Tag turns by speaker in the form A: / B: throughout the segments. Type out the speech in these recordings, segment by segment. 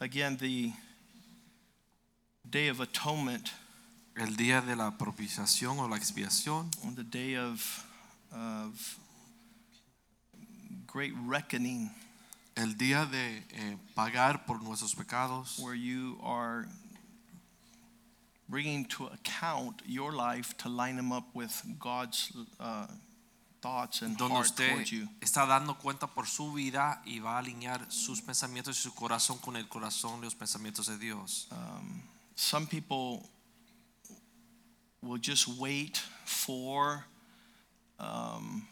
A: Again, the Day of Atonement
B: el día de la propiciación o la expiación,
A: on the day of, of great reckoning
B: el día de eh, pagar por nuestros pecados,
A: where you are bringing to account your life to line them up with God's uh, thoughts and
B: donde
A: heart
B: usted
A: towards you.
B: está dando cuenta por su vida y va a alinear sus pensamientos y su corazón con el corazón y los pensamientos de Dios.
A: Some people will just wait for um,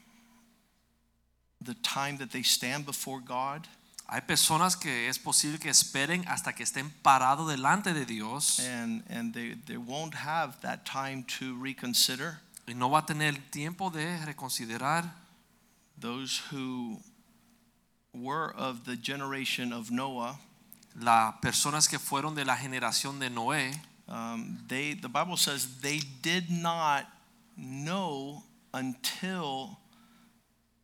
A: the time that they stand before God
B: Hay personas que es posible que esperen hasta que estén parados delante de Dios
A: and, and they, they won't have that time to reconsider.
B: y no va a tener tiempo de reconsiderar.
A: Those who were of the generation of Noah,
B: Las personas que fueron de la generación de Noé,
A: um, they, the Bible says they did not know until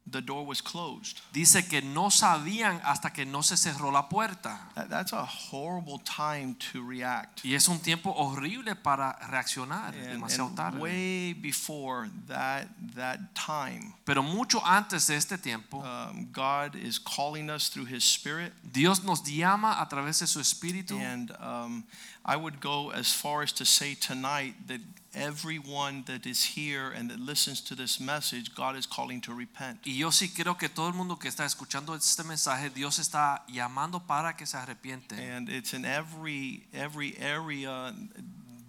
A: the door was closed.
B: dice que no sabían hasta que no se cerró la puerta.
A: That- That's a horrible time to react.
B: Y es un tiempo horrible para reaccionar
A: and,
B: demasiado
A: and
B: tarde.
A: way before that that time
B: Pero mucho antes de este tiempo,
A: um, god is calling us through his spirit
B: Dios nos llama a través de su espíritu.
A: and um, i would go as far as to say tonight that everyone that is here and that listens to this message god is calling to repent
B: Y yo sí creo que todo el mundo que está escuchando este mensaje, Dios está llamando para que se arrepiente.
A: and it's in every every area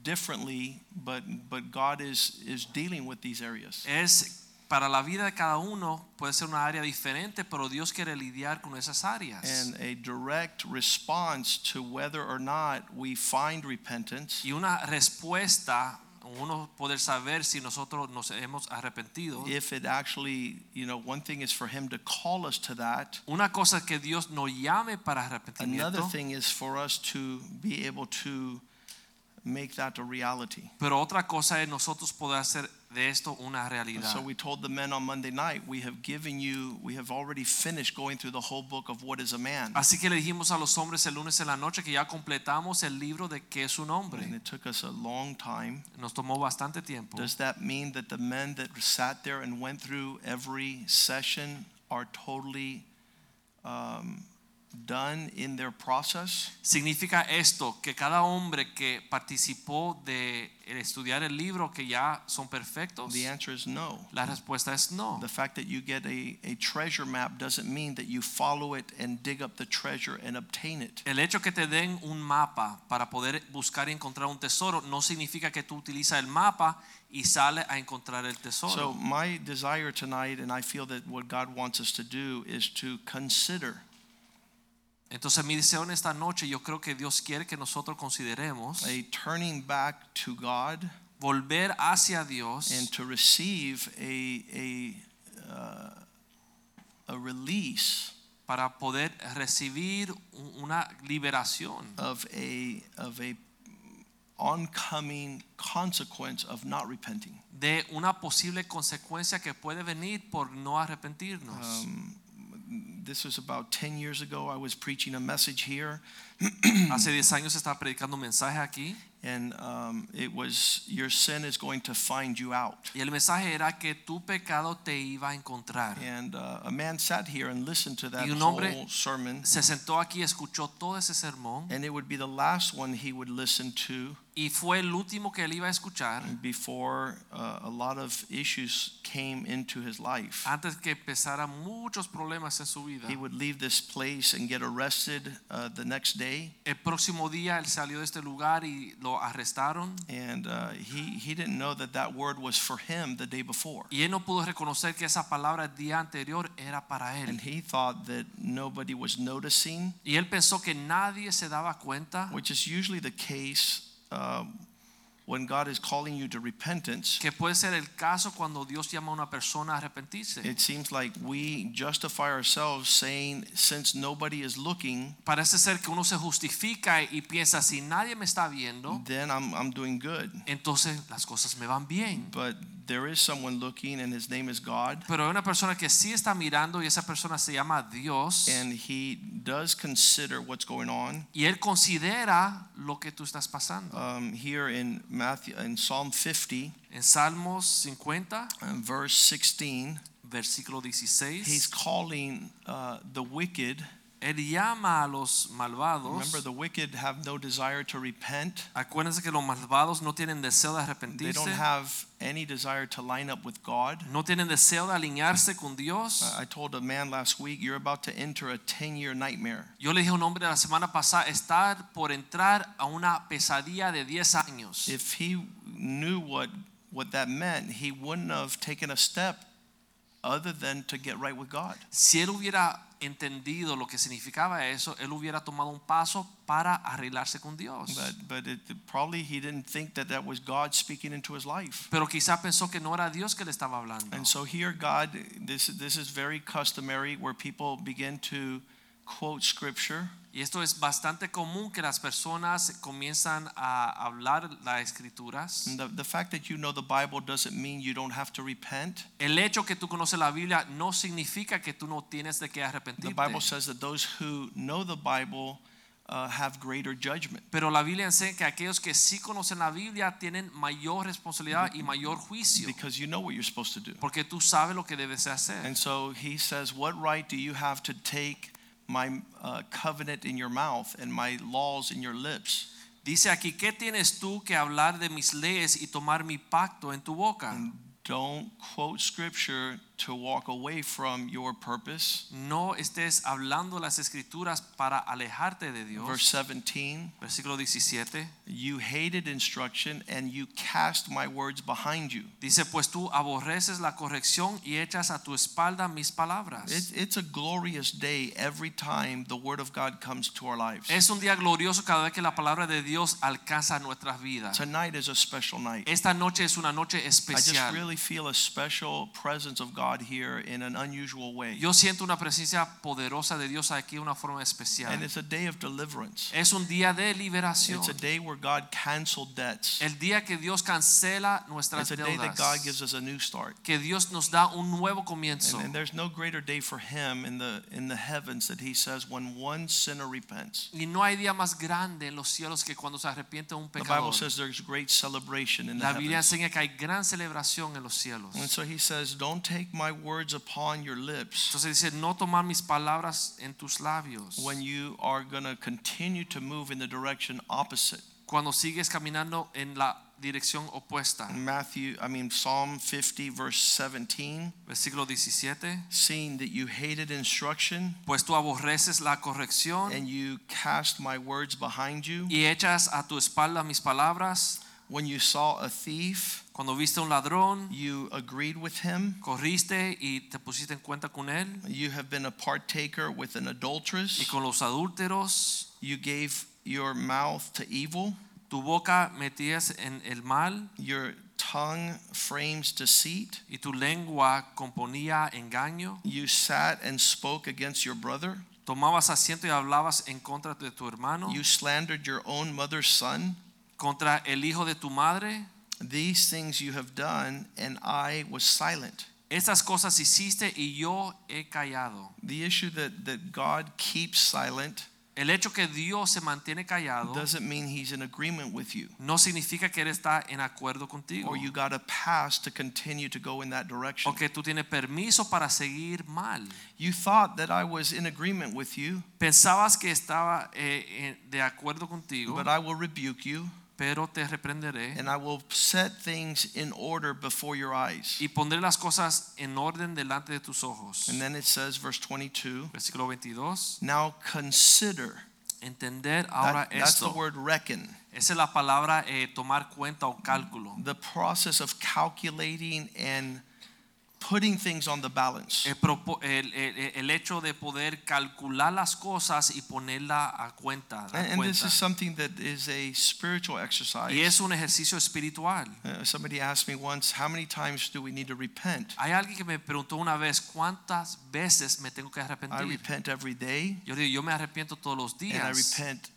A: differently but but god is is dealing with these areas
B: Es para la vida de cada uno, puede ser una área diferente, pero Dios quiere lidiar con esas áreas.
A: and a direct response to whether or not we find repentance
B: Y una respuesta, uno poder saber si nosotros nos hemos arrepentido.
A: if it actually, you know, one thing is for him to call us to that.
B: Una cosa es que Dios nos llame para
A: Another
B: arrepentimiento.
A: thing is for us to be able to make that a reality.
B: Pero otra cosa es nosotros poder hacer de esto una
A: And
B: realidad.
A: so we told the men on Monday night, we have given you, we have already finished going through the whole book of what is a man.
B: Así que le dijimos a los hombres el lunes en la noche que ya completamos el libro de qué es un
A: And
B: hombre.
A: it took us a long time.
B: Nos tomó bastante tiempo.
A: Does that mean that the men that sat there and went through every session are totally um, done in their process?
B: Significa esto, que cada hombre que participó de el estudiar el libro que ya son perfectos.
A: The answer is no.
B: La respuesta es no.
A: The fact that you get a, a treasure map doesn't mean that you follow it and dig up the treasure and obtain it.
B: El hecho que te den un mapa para poder buscar y encontrar un tesoro no significa que tú utilizas el mapa y sales a encontrar el
A: So,
B: tesoro.
A: my desire tonight, and I feel that what God wants us to do, is to consider
B: Entonces mi deseo en esta noche, yo creo que Dios quiere que nosotros consideremos
A: a turning back to God
B: volver hacia Dios
A: and to receive a, a, uh, a release
B: para poder recibir u- una liberación
A: of a, of a oncoming consequence of not repenting.
B: de una posible consecuencia que puede venir por no arrepentirnos.
A: This was about 10 years ago. I was preaching a message here.
B: Hace 10 años estaba predicando un mensaje aquí
A: and um, it was your sin is going to find you out.
B: y el mensaje era que tu pecado te iba a encontrar.
A: And uh, a man sat here and listened to that
B: Y un hombre-
A: whole sermon,
B: Se sentó aquí, escuchó todo ese sermón
A: and it would be the last one he would listen to
B: y fue el último que él iba a escuchar
A: Mm. before uh, a lot of issues came into his life.
B: antes que empezara muchos problemas en su vida.
A: He would leave this place and get arrested uh, the next day.
B: El próximo día él salió de este lugar y lo arrestaron.
A: And uh, he, he didn't know that that word was for him the day before.
B: Y él no pudo reconocer que esa palabra el día anterior era para él.
A: And he thought that nobody was noticing,
B: Y él pensó que nadie se daba cuenta
A: which is usually the case um, when God is calling you to repentance.
B: que puede ser el caso cuando Dios llama a una persona a arrepentirse.
A: It seems like we justify ourselves saying, since nobody is looking,
B: Parece ser que uno se justifica y piensa, si nadie me está viendo,
A: then I'm, I'm doing good.
B: entonces las cosas me van bien.
A: But there is someone looking, and his name is God.
B: Pero hay una persona que sí está mirando y esa persona se llama Dios
A: And he does consider what's going on.
B: y Él considera lo que tú estás pasando.
A: Um, here in Matthew, in Psalm 50,
B: En Salmos 50,
A: uh, verse 16,
B: versículo
A: he's
B: 16,
A: calling uh, the wicked.
B: Él llama a los malvados.
A: Remember, the wicked have no desire to repent.
B: Acuérdense que los malvados no tienen deseo de
A: They don't
B: arrepentirse,
A: have any desire to line up with God.
B: no tienen deseo de alinearse con Dios.
A: I I told a man last week, you're about to enter a 10 year nightmare.
B: Yo le dije a un hombre la semana pasada, estar por entrar a una pesadilla de 10 años.
A: If he knew what, what that meant, he wouldn't have taken a step other than to get right with God.
B: Si él hubiera entendido lo que significaba eso, él hubiera tomado un paso para arreglarse con Dios.
A: But, but it, probably he didn't think that that was God speaking into his life.
B: Pero quizá pensó que no era Dios que le estaba hablando.
A: And so here, God, this, this is very customary where people begin to quote scripture.
B: Y esto es bastante común que las personas comienzan a hablar las escrituras.
A: And the, the fact that you know the Bible doesn't mean you don't have to repent.
B: El hecho que tú conoces la Biblia no significa que tú no tienes de qué
A: The
B: arrepentirte.
A: Bible says that those who know the Bible uh, have greater judgment.
B: Pero la Biblia enseña que aquellos que sí conocen la Biblia tienen mayor responsabilidad y mayor juicio,
A: because you know what you're supposed to do.
B: porque tú sabes lo que debes hacer.
A: And so he says, What right do you have to take my uh, covenant in your mouth and my laws in your lips?
B: Dice aquí, ¿qué tienes tú que hablar de mis leyes y tomar mi pacto en tu boca?
A: Don't quote scripture to walk away from your purpose.
B: No estés hablando las escrituras para alejarte de
A: Verse
B: Dios.
A: 17,
B: Versículo 17
A: you hated instruction and you cast my words behind you.
B: dice, pues tú aborreces la corrección y echas a tu espalda mis palabras.
A: It's, it's a glorious day every time the word of God comes to our lives.
B: Es un día glorioso cada vez que la palabra de Dios alcanza nuestras vidas.
A: Tonight is a special night.
B: Esta noche es una noche
A: I just
B: especial.
A: really feel a special presence of God here in an unusual way.
B: Yo siento una presencia poderosa de Dios aquí de una forma
A: And
B: especial.
A: it's a day of deliverance.
B: Es un día de liberación.
A: It's a day where God canceled debts.
B: El día que Dios cancela nuestras
A: It's a day that
B: deudas.
A: God gives us a new start.
B: Que Dios nos da un nuevo
A: And,
B: comienzo.
A: and there's no greater day for him in the in the heavens that he says when one sinner repents.
B: Y no hay día más grande en los cielos que cuando se arrepiente un
A: The Bible
B: pecador.
A: says there's great celebration in the
B: La Biblia
A: heavens.
B: enseña que hay gran celebración en los cielos.
A: And so he says, Don't take my words upon your lips
B: Entonces dice, no tomar mis palabras en tus labios.
A: when you are gonna continue to move in the direction opposite.
B: cuando sigues caminando en la dirección opuesta.
A: Mm. Matthew, I mean Psalm 50, verse 17,
B: Versículo 17.
A: seeing that you hated instruction
B: Pues tú aborreces la corrección
A: and you cast my words behind you.
B: y echas a tu espalda mis palabras.
A: When you saw a thief,
B: Cuando viste a un ladrón,
A: you agreed with him.
B: corriste y te pusiste en cuenta con él.
A: You have been a partaker with an
B: Y
A: adulteress.
B: con los adúlteros,
A: You gave your mouth to evil.
B: tu boca metías en el mal
A: Your tongue frames deceit.
B: y tu lengua componía engaño.
A: You sat and spoke against your brother.
B: Tomabas asiento y hablabas en contra de tu hermano,
A: You slandered your own mother's son.
B: contra el hijo de tu madre.
A: These things you have done, and I was silent.
B: Estas cosas hiciste y yo he callado.
A: The issue that, that God keeps silent
B: El hecho que Dios se mantiene callado
A: doesn't mean he's in agreement with you
B: no significa que Él está en acuerdo contigo
A: or you got a pass to continue to go in that direction.
B: o que tú tienes permiso para seguir mal.
A: You thought that I was in agreement with you,
B: Pensabas que estaba eh, eh, de acuerdo contigo,
A: but I will rebuke you.
B: pero te reprenderé
A: and I will set things in order before your eyes.
B: y pondré las cosas en orden delante de tus ojos.
A: And then it says, verse 22,
B: Versículo 22.
A: now consider.
B: Entender ahora
A: That- that's the
B: esto.
A: word reckon.
B: Esa es la palabra eh, tomar cuenta o cálculo.
A: The process of calculating and putting things on the balance.
B: El, propo- el- el- el hecho de poder calcular las cosas y ponerla a cuenta. a
A: And, and this
B: cuenta.
A: is something that is a spiritual exercise.
B: Y es un ejercicio espiritual.
A: Uh, somebody asked me once, how many times do we need to repent?
B: Hay alguien que me preguntó una vez cuántas veces me tengo que
A: I
B: arrepentir.
A: repent every day,
B: Yo digo, yo me arrepiento todos los
A: and I
B: días
A: repent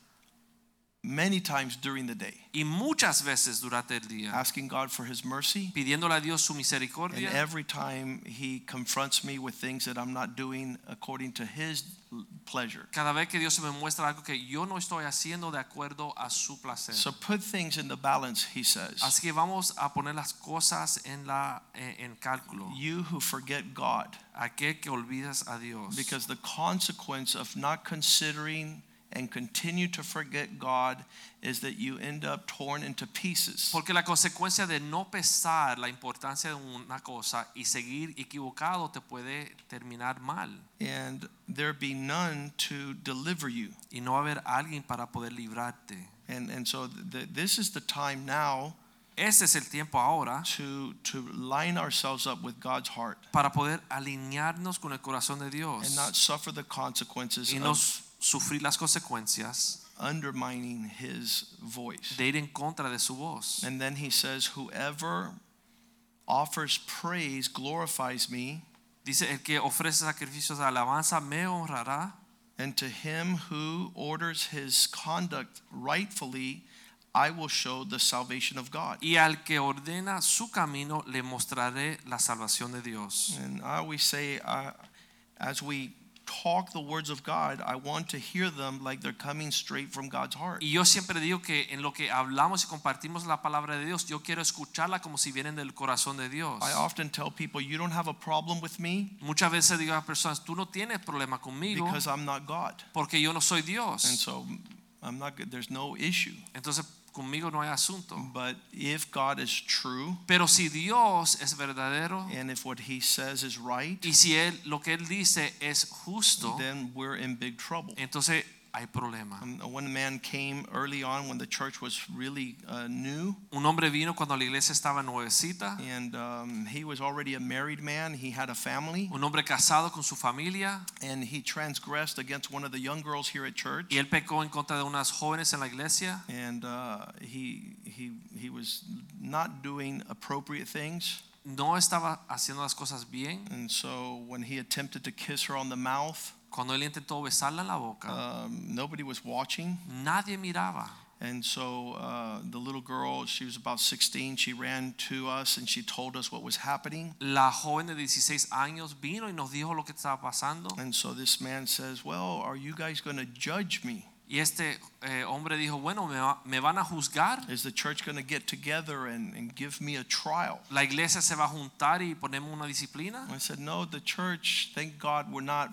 A: many times during the day,
B: y muchas veces durante el día,
A: asking God for His mercy.
B: pidiéndole a Dios su
A: And
B: misericordia.
A: every time He confronts me with things that I'm not doing according to His l- pleasure.
B: Cada vez que Dios me muestra algo que yo no estoy haciendo de acuerdo a su placer.
A: So put things in the balance, He says.
B: Así que vamos a poner las cosas en la en, en cálculo.
A: You who forget God,
B: Aquel que olvidas a Dios.
A: because the consequence of not considering and continue to forget God is that you end up torn into pieces.
B: Porque la consecuencia de no pesar la importancia de una cosa y seguir equivocado te puede terminar mal
A: and there be none to deliver you.
B: y no va a haber alguien para poder librarte.
A: And, and so th- th- this is the time now
B: Este es el tiempo ahora
A: to, to line ourselves up with God's heart
B: para poder alinearnos con el corazón de Dios
A: and not suffer the consequences
B: y no
A: of
B: s- sufrir las consecuencias
A: undermining his voice.
B: de ir en contra de su voz.
A: And then he says, whoever offers praise glorifies me,
B: Dice, el que ofrece sacrificios de alabanza me honrará
A: and to him who orders his conduct rightfully, I will show the salvation of God.
B: y al que ordena su camino le mostraré la salvación de Dios.
A: And I always say, uh, as we talk the words of God, I want to hear them like they're coming straight from God's heart.
B: Y yo siempre digo que en lo que hablamos y compartimos la palabra de Dios, yo quiero escucharla como si vienen del corazón de Dios.
A: I often tell people, you don't have a problem with me
B: Muchas veces digo a las personas, tú no tienes problema conmigo
A: because I'm not God.
B: porque yo no soy
A: And
B: Dios.
A: so I'm not good. There's no issue.
B: Entonces conmigo no hay asunto.
A: But if God is true
B: Pero si Dios es verdadero
A: and if what he says is right,
B: y si él, lo que él dice es justo,
A: then we're in big trouble.
B: entonces hay problema.
A: Um, One man came early on when the church was really uh, new,
B: Un hombre vino cuando la iglesia estaba nuevecita,
A: and um, he was already a married man. He had a family.
B: un hombre casado con su familia
A: and he transgressed against one of the young girls here at church.
B: y él pecó en contra de unas jóvenes en la iglesia
A: And uh, he, he, he was not doing appropriate things.
B: no estaba haciendo las cosas bien.
A: And so when he attempted to kiss her on the mouth,
B: Cuando él intentó besarla en la boca,
A: um, nobody was watching.
B: nadie miraba.
A: And so uh, the little girl, she was about 16, she ran to us and she told us what was happening.
B: La joven de 16 años vino y nos dijo lo que estaba pasando.
A: And so this man says, Well, are you guys going to judge me?
B: Y este eh, hombre dijo, bueno, me, va- me van a juzgar.
A: Is the church going to get together and, and give me a trial?
B: La iglesia se va a juntar y ponemos una disciplina.
A: I said, No, the church, thank God we're not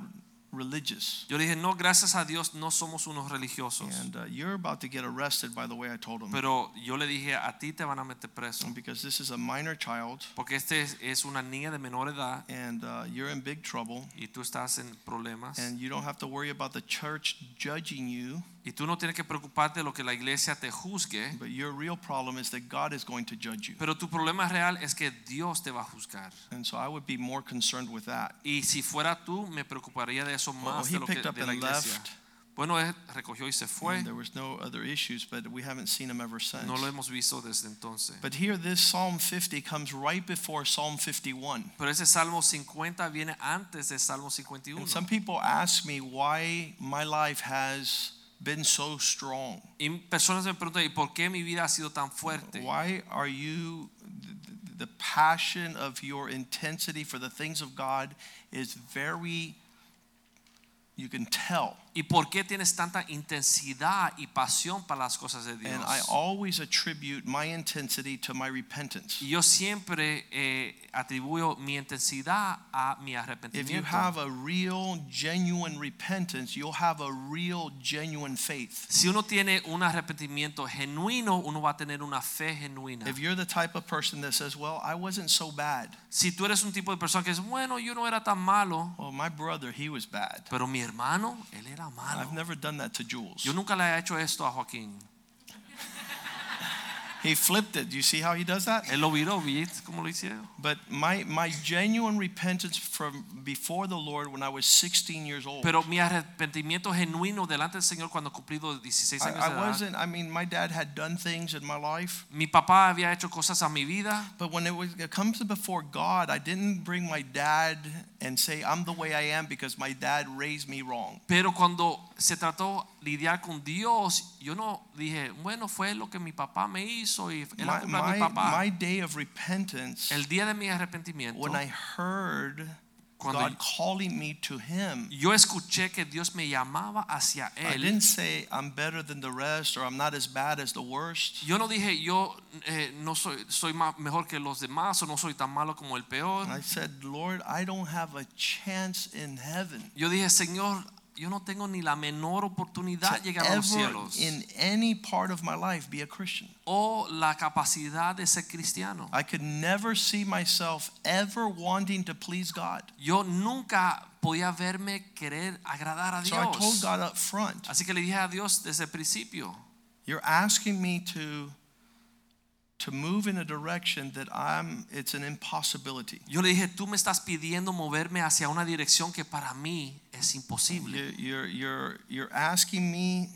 A: religious.
B: Yo le dije, no, gracias a Dios no somos unos religiosos.
A: And uh, you're about to get arrested, by the way, I told him.
B: Pero yo le dije, a ti te van a meter preso.
A: Because this is a minor child
B: Porque este es, es una niña de menor edad
A: and uh, you're in big trouble.
B: y tú estás en problemas.
A: And you don't have to worry about the church judging you,
B: Y tú no tienes que preocuparte de lo que la iglesia te juzgue.
A: but your real problem is that God is going to judge you.
B: Pero tu problema real es que Dios te va a juzgar.
A: And so I would be more concerned with that.
B: Y si fuera tú, me preocuparía de eso
A: Well,
B: más
A: Oh, he
B: de lo que
A: picked up
B: de la
A: and
B: iglesia.
A: left.
B: Bueno, él recogió y se fue.
A: And there was no other issues, but we haven't seen him ever since.
B: No lo hemos visto desde entonces.
A: But here, this Psalm 50 comes right before Psalm 51.
B: Pero ese Salmo 50 viene antes de Salmo 51.
A: And some people ask me why my life has been so strong.
B: Y personas me preguntan, ¿y por qué mi vida ha sido tan fuerte?
A: Why are you, th- th- the passion of your intensity for the things of God is very you can tell.
B: ¿Y por qué tienes tanta intensidad y pasión para las cosas de Dios?
A: And I always attribute my intensity to my repentance.
B: y yo siempre eh, atribuyo mi intensidad a mi
A: If you
B: arrepentimiento.
A: have a real, genuine repentance, you'll have a real, genuine faith.
B: si uno tiene un arrepentimiento genuino, uno va a tener una fe genuina.
A: If you're the type of person that says, Well, I wasn't so bad.
B: si tú eres un tipo de persona que es, bueno, yo no era tan malo,
A: Well, my brother, he was bad.
B: pero mi hermano, él era malo.
A: I've never done that to Jules.
B: Yo nunca le he hecho esto a Joaquín.
A: He flipped it. Do you see how he does that?
B: Él lo viró, ¿viste cómo lo hicieron?
A: But my, my genuine repentance from before the Lord when I was 16 years old.
B: Pero mi arrepentimiento genuino delante del Señor cuando cumplido 16
A: I,
B: años de
A: I
B: edad.
A: wasn't, I mean, my dad had done things in my life,
B: Mi papá había hecho cosas a mi vida,
A: but when it, was, it comes to before God, I didn't bring my dad and say, I'm the way I am because my dad raised me wrong.
B: pero cuando se trató lidiar con Dios, yo no dije, bueno, fue lo que mi papá me hizo y él
A: My,
B: la culpa de mi
A: my,
B: papá.
A: my day of repentance,
B: El día de mi arrepentimiento,
A: when I heard
B: Cuando
A: God
B: yo-
A: calling me to Him,
B: yo escuché que Dios me llamaba hacia
A: I
B: él.
A: didn't say, I'm better than the rest or I'm not as bad as the worst.
B: Yo no dije yo eh, no soy soy ma- mejor que los demás o no soy tan malo como el peor.
A: I said, Lord, I don't have a chance in heaven
B: Yo dije, Señor, yo no tengo ni la menor oportunidad de
A: to
B: llegar a los
A: ever
B: cielos
A: in any part of my life be a Christian.
B: o la capacidad de ser cristiano.
A: I could never see myself ever wanting to please God.
B: Yo nunca podía verme querer agradar a
A: So I told
B: Dios.
A: God up front,
B: Así que le dije a Dios desde el principio,
A: you're asking me to to move in a direction that I'm it's an impossibility.
B: yo le dije, tú me estás pidiendo moverme hacia una dirección que para mí es imposible.
A: You- You're you're you're asking me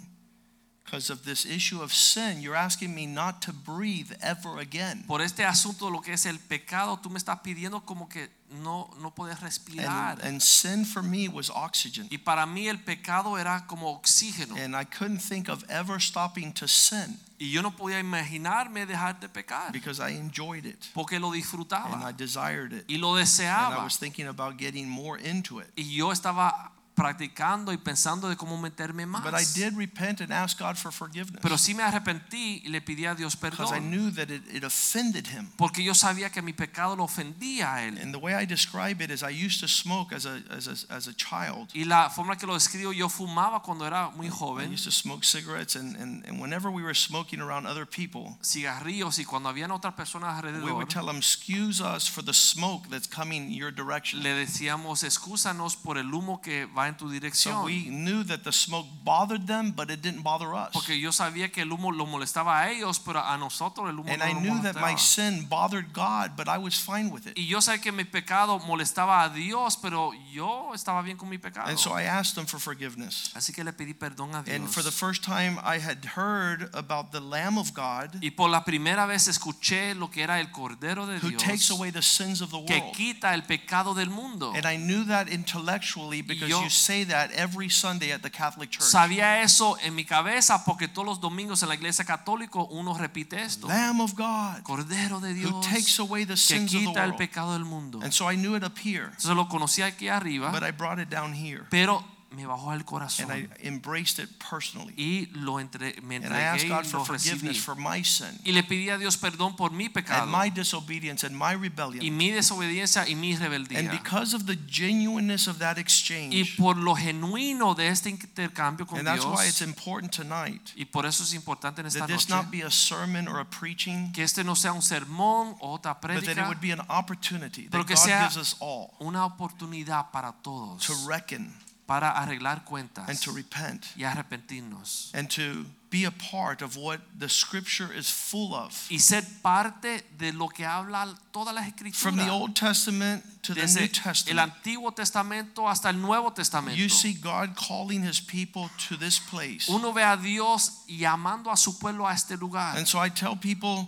A: because of this issue of sin, you're asking me not to breathe ever again.
B: Por este asunto de lo que es el pecado, tú me estás pidiendo como que no, no puedes respirar.
A: And, uh, and sin for me was oxygen.
B: y para mí el pecado era como oxígeno.
A: And I couldn't think of ever stopping to sin
B: Y yo no podía imaginarme dejar de pecar
A: because I enjoyed it
B: porque lo
A: and I
B: disfrutaba
A: desired it.
B: y lo
A: And I
B: deseaba.
A: was thinking about getting more into it.
B: Y yo estaba practicando y pensando de cómo meterme más.
A: But I did repent and ask God for
B: Pero
A: forgiveness
B: sí me arrepentí y le pedí a Dios
A: because I
B: perdón
A: knew that it, it offended Him.
B: porque yo sabía que mi pecado lo ofendía a él.
A: And the way I describe it is I used to smoke as a, as a, as a child.
B: Y la forma que lo describo, yo fumaba cuando era muy
A: I
B: joven,
A: used to smoke cigarettes, and, and, and whenever we were smoking around other people,
B: cigarrillos y cuando habían otras personas
A: we
B: alrededor,
A: would tell them, excuse us for the smoke that's coming your direction.
B: le decíamos, excúsanos por el humo que va en tu
A: So
B: dirección.
A: we knew that the smoke bothered them, but it didn't bother us.
B: Porque yo sabía que el humo lo molestaba a ellos, pero a nosotros el humo
A: And
B: no
A: I
B: nos
A: knew that my
B: molestaba.
A: sin bothered God, but I was fine with it.
B: Y yo sabía que mi pecado molestaba a Dios, pero yo estaba bien con mi pecado.
A: And so I asked them for forgiveness.
B: Así que le pedí perdón a
A: And for the
B: Dios.
A: first time, I had heard about the Lamb of God
B: Y por la primera vez escuché lo que era el Cordero de
A: who takes
B: Dios
A: away the sins of the
B: que
A: world.
B: quita el pecado del mundo.
A: And I knew that intellectually because
B: Oh. yo-
A: you say that every Sunday at the Catholic Church.
B: Sabía eso en mi cabeza porque todos los domingos en la iglesia católica uno repite esto.
A: Lamb of God
B: Cordero de
A: who
B: Dios
A: takes away the
B: que
A: sins of the
B: quita el
A: world.
B: pecado del mundo.
A: And so I knew it up here,
B: Entonces lo conocí aquí
A: but
B: arriba,
A: I brought it down here
B: pero me bajó el
A: and I
B: corazón.
A: embraced it personally.
B: y lo entre, me
A: And I
B: entregué
A: asked God
B: y
A: for
B: lo
A: forgiveness
B: recibí.
A: for my sin
B: Y le pedí a Dios perdón por mi
A: and
B: pecado
A: my disobedience and my
B: y
A: rebellion.
B: mi desobediencia y mi
A: And
B: rebeldía.
A: because of the genuineness of that
B: Y
A: exchange,
B: por lo genuino de este intercambio con
A: and that's why it's
B: Dios,
A: important tonight.
B: y por eso es importante en esta
A: that this
B: noche
A: not be a sermon or a preaching,
B: que este no sea un sermón o otra
A: but that it
B: prédica,
A: would be an opportunity
B: Pero
A: that
B: que
A: God
B: sea-
A: gives us all
B: una oportunidad para
A: to
B: todos
A: reckon
B: para arreglar
A: and
B: cuentas
A: to repent
B: y arrepentirnos
A: and to be a part of what the scripture is full of.
B: y ser parte de lo que habla toda la
A: From the
B: escritura
A: Old Testament to the New
B: desde el
A: Testament,
B: Antiguo Testamento hasta el Nuevo
A: you
B: Testamento.
A: see God calling his people to this place.
B: Uno ve a Dios llamando a su pueblo a este lugar.
A: And so I tell people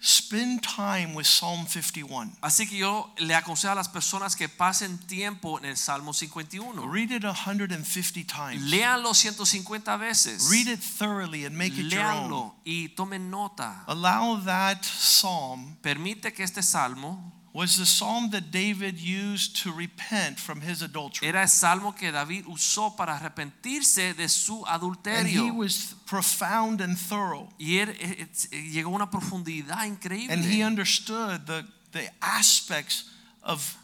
A: spend time with Psalm 51.
B: Así que yo le aconsejo a las personas que pasen tiempo en el Salmo 51.
A: Read it 150 times.
B: Léanlo 150 veces.
A: Read it thoroughly and make it your own.
B: Léanlo y tomen nota.
A: Allow that psalm
B: Permite que este salmo
A: Well, was the psalm that David used to repent from his adultery.
B: Era el salmo que David usó para arrepentirse de su
A: And he
B: adulterio.
A: was profound and thorough.
B: Y él eh, eh, llegó a una profundidad
A: And he
B: increíble.
A: understood the, the aspects of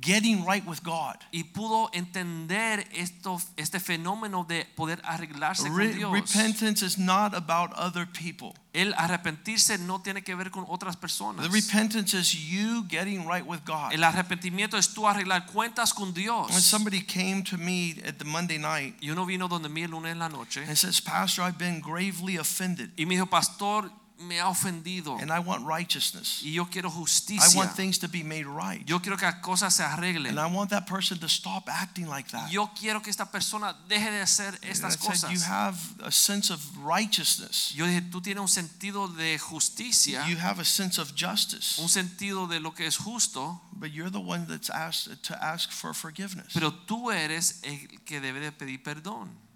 A: getting right with God,
B: Y pudo entender esto, este fenómeno de poder arreglarse con
A: Re-
B: Dios.
A: repentance is not about other people.
B: El arrepentirse no tiene que ver con otras personas.
A: The repentance is you getting right with God.
B: El arrepentimiento es tú arreglar cuentas con Dios.
A: When somebody came to me at the Monday night
B: Y uno vino donde mí el lunes en la noche
A: and says, Pastor, I've been gravely offended
B: y me dijo, pastor, me ha ofendido
A: and I want righteousness.
B: y yo quiero
A: I want
B: justicia.
A: things to be made right.
B: Yo quiero que las cosas se
A: And
B: arreglen.
A: I want that person to stop acting like that.
B: Yo quiero que esta persona deje de hacer
A: And I
B: estas
A: said, You
B: cosas.
A: have a sense of righteousness,
B: Yo dije, tú tienes un sentido de justicia,
A: you have a sense of justice.
B: un sentido de lo que es justo,
A: But you're the one that's asked to ask for forgiveness.
B: pero tú eres el que debe de pedir perdón.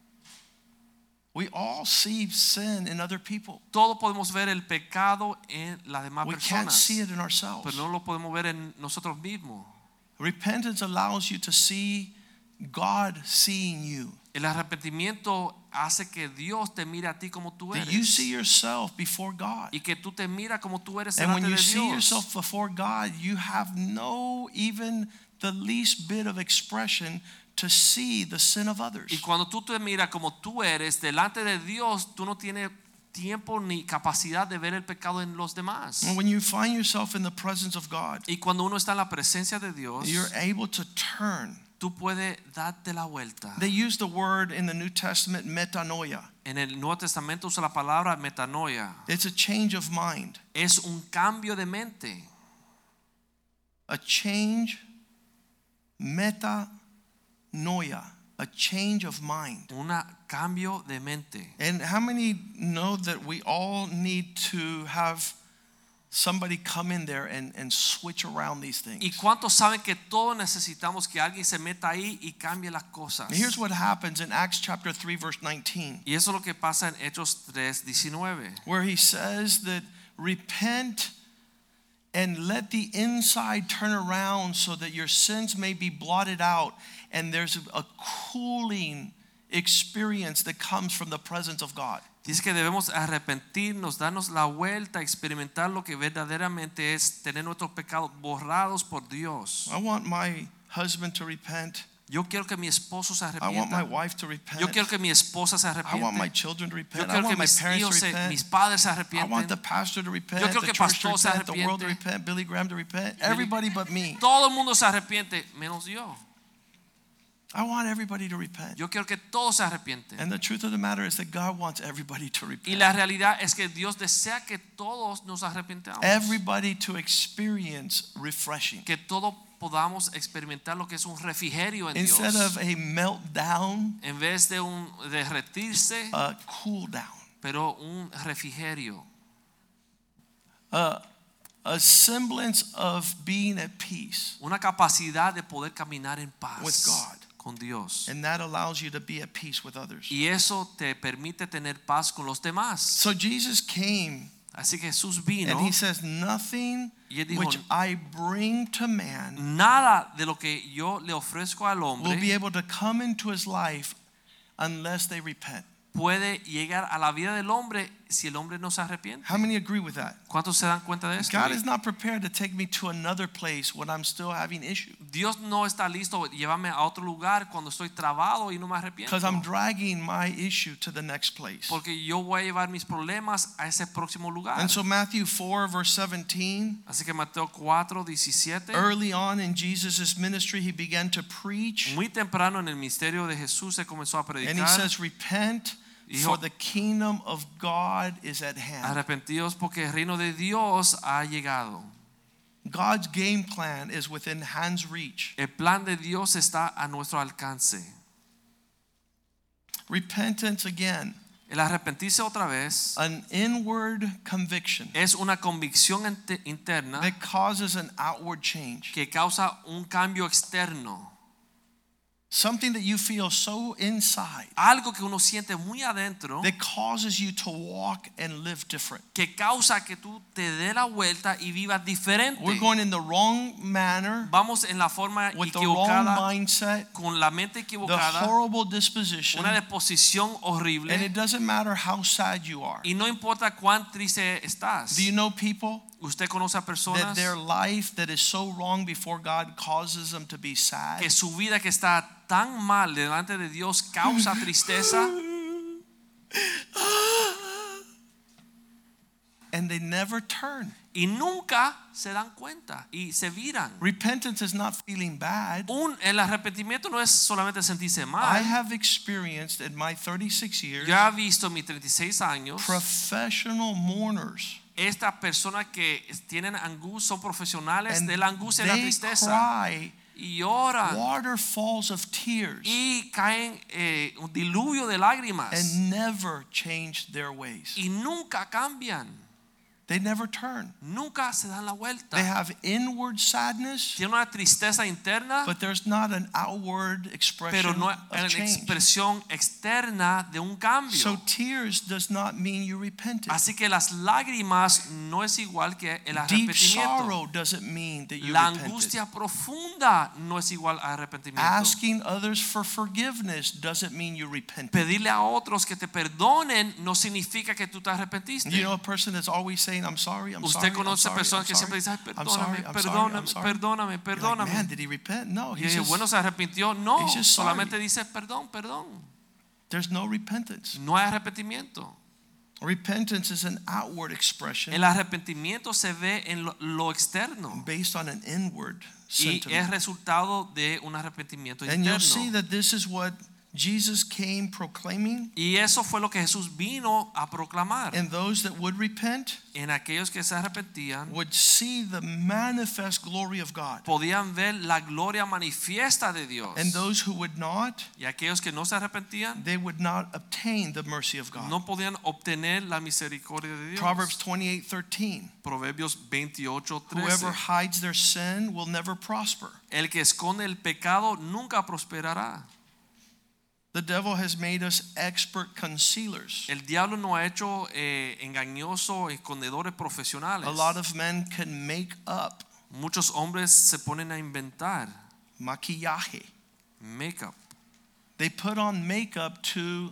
A: We all see sin in other people.
B: Todos podemos ver el pecado en las demás
A: We can't
B: personas,
A: see it in
B: pero
A: ourselves.
B: no lo podemos ver en nosotros mismos.
A: Repentance allows you to see God seeing you.
B: El arrepentimiento hace que Dios te mire a ti como tú
A: That you
B: eres
A: see yourself before God.
B: y que tú te mira como tú eres
A: And when
B: delante
A: you
B: de
A: see
B: Dios.
A: yourself before God, you have no even the least bit of expression to see the sin of
B: Y
A: others.
B: cuando tú te miras como tú eres delante de Dios, tú no tienes tiempo ni capacidad de ver el pecado en los demás.
A: And when you find yourself in the presence of God,
B: Y cuando uno está en la presencia de Dios,
A: you're able to turn.
B: tú puedes darte la vuelta.
A: They use the word in the New Testament metanoia.
B: En el Nuevo Testamento usa la palabra metanoia.
A: It's a change of mind,
B: Es un cambio de mente.
A: a change metanoia, a change of mind.
B: Un cambio de mente.
A: And how many know that we all need to have somebody come in there and, and switch around these things?
B: ¿Y cuántos saben que todos necesitamos que alguien se meta ahí y cambie las cosas?
A: And here's what happens in Acts chapter 3, verse 19,
B: Y eso es lo que pasa en Hechos 3, 19.
A: where he says that repent and let the inside turn around so that your sins may be blotted out. And there's a cooling experience that comes from the presence of God.
B: Dice que debemos arrepentirnos, darnos la vuelta, experimentar lo que verdaderamente es tener nuestros pecados borrados por Dios.
A: I want my husband to repent.
B: Yo quiero que mi esposo se
A: I want my
B: arrepienta.
A: wife to repent.
B: Yo quiero que mi esposa se
A: I want my
B: arrepiente.
A: children to
B: Yo
A: repent. I
B: quiero que
A: want my
B: mis hijos,
A: parents to
B: se- mis
A: repent.
B: padres se
A: I want the
B: arrepienten.
A: pastor to repent,
B: quiero
A: the
B: que
A: church to
B: pastor se
A: repent, the world to
B: arrepiente.
A: repent, Billy Graham to repent, everybody but me.
B: Todo el mundo se arrepiente, menos yo.
A: I want everybody to repent.
B: Yo quiero que todos se arrepienten.
A: And the truth of the matter is that God wants everybody to
B: Y la
A: repent.
B: realidad es que Dios desea que todos nos arrepentamos.
A: Everybody to experience refreshing.
B: Que todos podamos experimentar lo que es un refrigerio en
A: Instead of
B: Dios.
A: a meltdown,
B: En vez de un derretirse,
A: a cool down,
B: pero un refrigerio.
A: a semblance of being at peace.
B: una capacidad de poder caminar en paz
A: With God.
B: con Dios.
A: And that allows you to be at peace with others.
B: Y eso te permite tener paz con los demás.
A: So Jesus came
B: Así que Jesús vino.
A: And he says, Nothing
B: Y él dijo,
A: which I bring to man
B: Nada de lo que yo le ofrezco al
A: will be
B: hombre
A: able to come into his life unless they repent.
B: puede llegar a la vida del hombre si el hombre no se arrepiente.
A: How many agree with that?
B: ¿Cuántos se dan cuenta de esto?
A: God is not prepared to take me to another place when I'm still having issues
B: Dios no está listo llévame a otro lugar cuando estoy trabado y no me arrepiento.
A: because I'm dragging my issue to the next place.
B: Porque yo voy a llevar mis problemas a ese próximo lugar.
A: And so, Matthew 4, verse 17,
B: Así que Mateo 4, 17.
A: early on in Jesus' ministry, he began to preach
B: Muy temprano en el ministerio de Jesús se comenzó a
A: and he
B: predicar.
A: says, Repent,
B: Dijo-
A: for the kingdom of God is at hand.
B: Arrepentidos porque el reino de Dios ha llegado.
A: God's game plan is within hand's reach.
B: El plan de Dios está a nuestro alcance.
A: Repentance again,
B: El arrepentirse otra vez
A: an inward conviction
B: es una convicción ente- interna
A: that causes an outward change.
B: que causa un cambio externo.
A: Something that you feel so inside
B: Algo que uno siente muy adentro
A: that causes you to walk and live different.
B: que causa que tú te dé la vuelta y vivas diferente.
A: We're going in the wrong manner
B: Vamos en la forma
A: with the wrong
B: equivocada,
A: mindset,
B: con la mente
A: the
B: equivocada,
A: horrible disposition,
B: una disposición
A: and it
B: horrible.
A: doesn't matter how sad you are.
B: Y no importa cuán triste estás.
A: Do you know people
B: Usted conoce a
A: that
B: personas
A: their life that is so wrong before God causes them to be sad?
B: que su vida que está tan mal delante de Dios causa tristeza
A: And they never turn.
B: y nunca se dan cuenta y se viran.
A: Repentance is not feeling bad.
B: Un, el arrepentimiento no es solamente sentirse
A: I
B: mal.
A: have experienced in my 36 years
B: Yo he visto en mis 36 años
A: professional mourners.
B: estas personas que tienen angustia son profesionales
A: And
B: de la angustia y la
A: they
B: tristeza
A: cry
B: y lloran
A: waterfalls of tears
B: y caen eh, un diluvio de lágrimas
A: and never change their ways.
B: y nunca cambian,
A: They never turn.
B: nunca se dan la vuelta.
A: They have inward sadness,
B: Tienen una tristeza interna,
A: but there's not an outward
B: pero
A: expression
B: no
A: of
B: es una
A: change.
B: expresión externa de un cambio.
A: So tears does not mean you repented.
B: Así que las lágrimas no es igual que el
A: Deep
B: arrepentimiento.
A: sorrow doesn't mean that you
B: La
A: repented.
B: angustia profunda no es igual a arrepentimiento.
A: Asking others for forgiveness doesn't mean you repented.
B: Pedirle a otros que te perdonen no significa que tú te arrepentiste.
A: You know a person that's always saying, "I'm sorry, I'm sorry."
B: Usted
A: I'm
B: conoce
A: sorry,
B: personas
A: I'm
B: que siempre
A: sorry,
B: dicen, "Ay,
A: I'm sorry,
B: perdóname,
A: I'm sorry, I'm sorry." You're
B: perdóname, perdóname,
A: like, Man,
B: perdóname.
A: did he repent? No,
B: Y
A: he
B: dije,
A: just,
B: bueno, se arrepintió. No,
A: he's just sorry.
B: solamente dice perdón, perdón.
A: there's no repentance.
B: No hay arrepentimiento.
A: Repentance is an outward expression
B: El arrepentimiento se ve en lo, lo externo
A: based on an inward
B: y es
A: sentiment.
B: resultado de un arrepentimiento
A: And you'll see
B: interno.
A: that this is what Jesus came proclaiming,
B: Y eso fue lo que Jesús vino a proclamar.
A: and those that would repent
B: En aquellos que se arrepentían
A: would see the manifest glory of God.
B: podían ver la gloria manifiesta de Dios.
A: And those who would not,
B: Y aquellos que no se arrepentían
A: they would not obtain the mercy of God.
B: no podían obtener la misericordia de Dios.
A: Proverbs 28 13.
B: Proverbios 28,
A: Whoever hides their sin will never prosper.
B: El que esconde el pecado nunca prosperará.
A: The devil has made us expert concealers.
B: El diablo no ha hecho eh, engañoso escondedores profesionales.
A: A lot of men can make up
B: Muchos hombres se ponen a inventar
A: maquillaje.
B: makeup.
A: They put on makeup to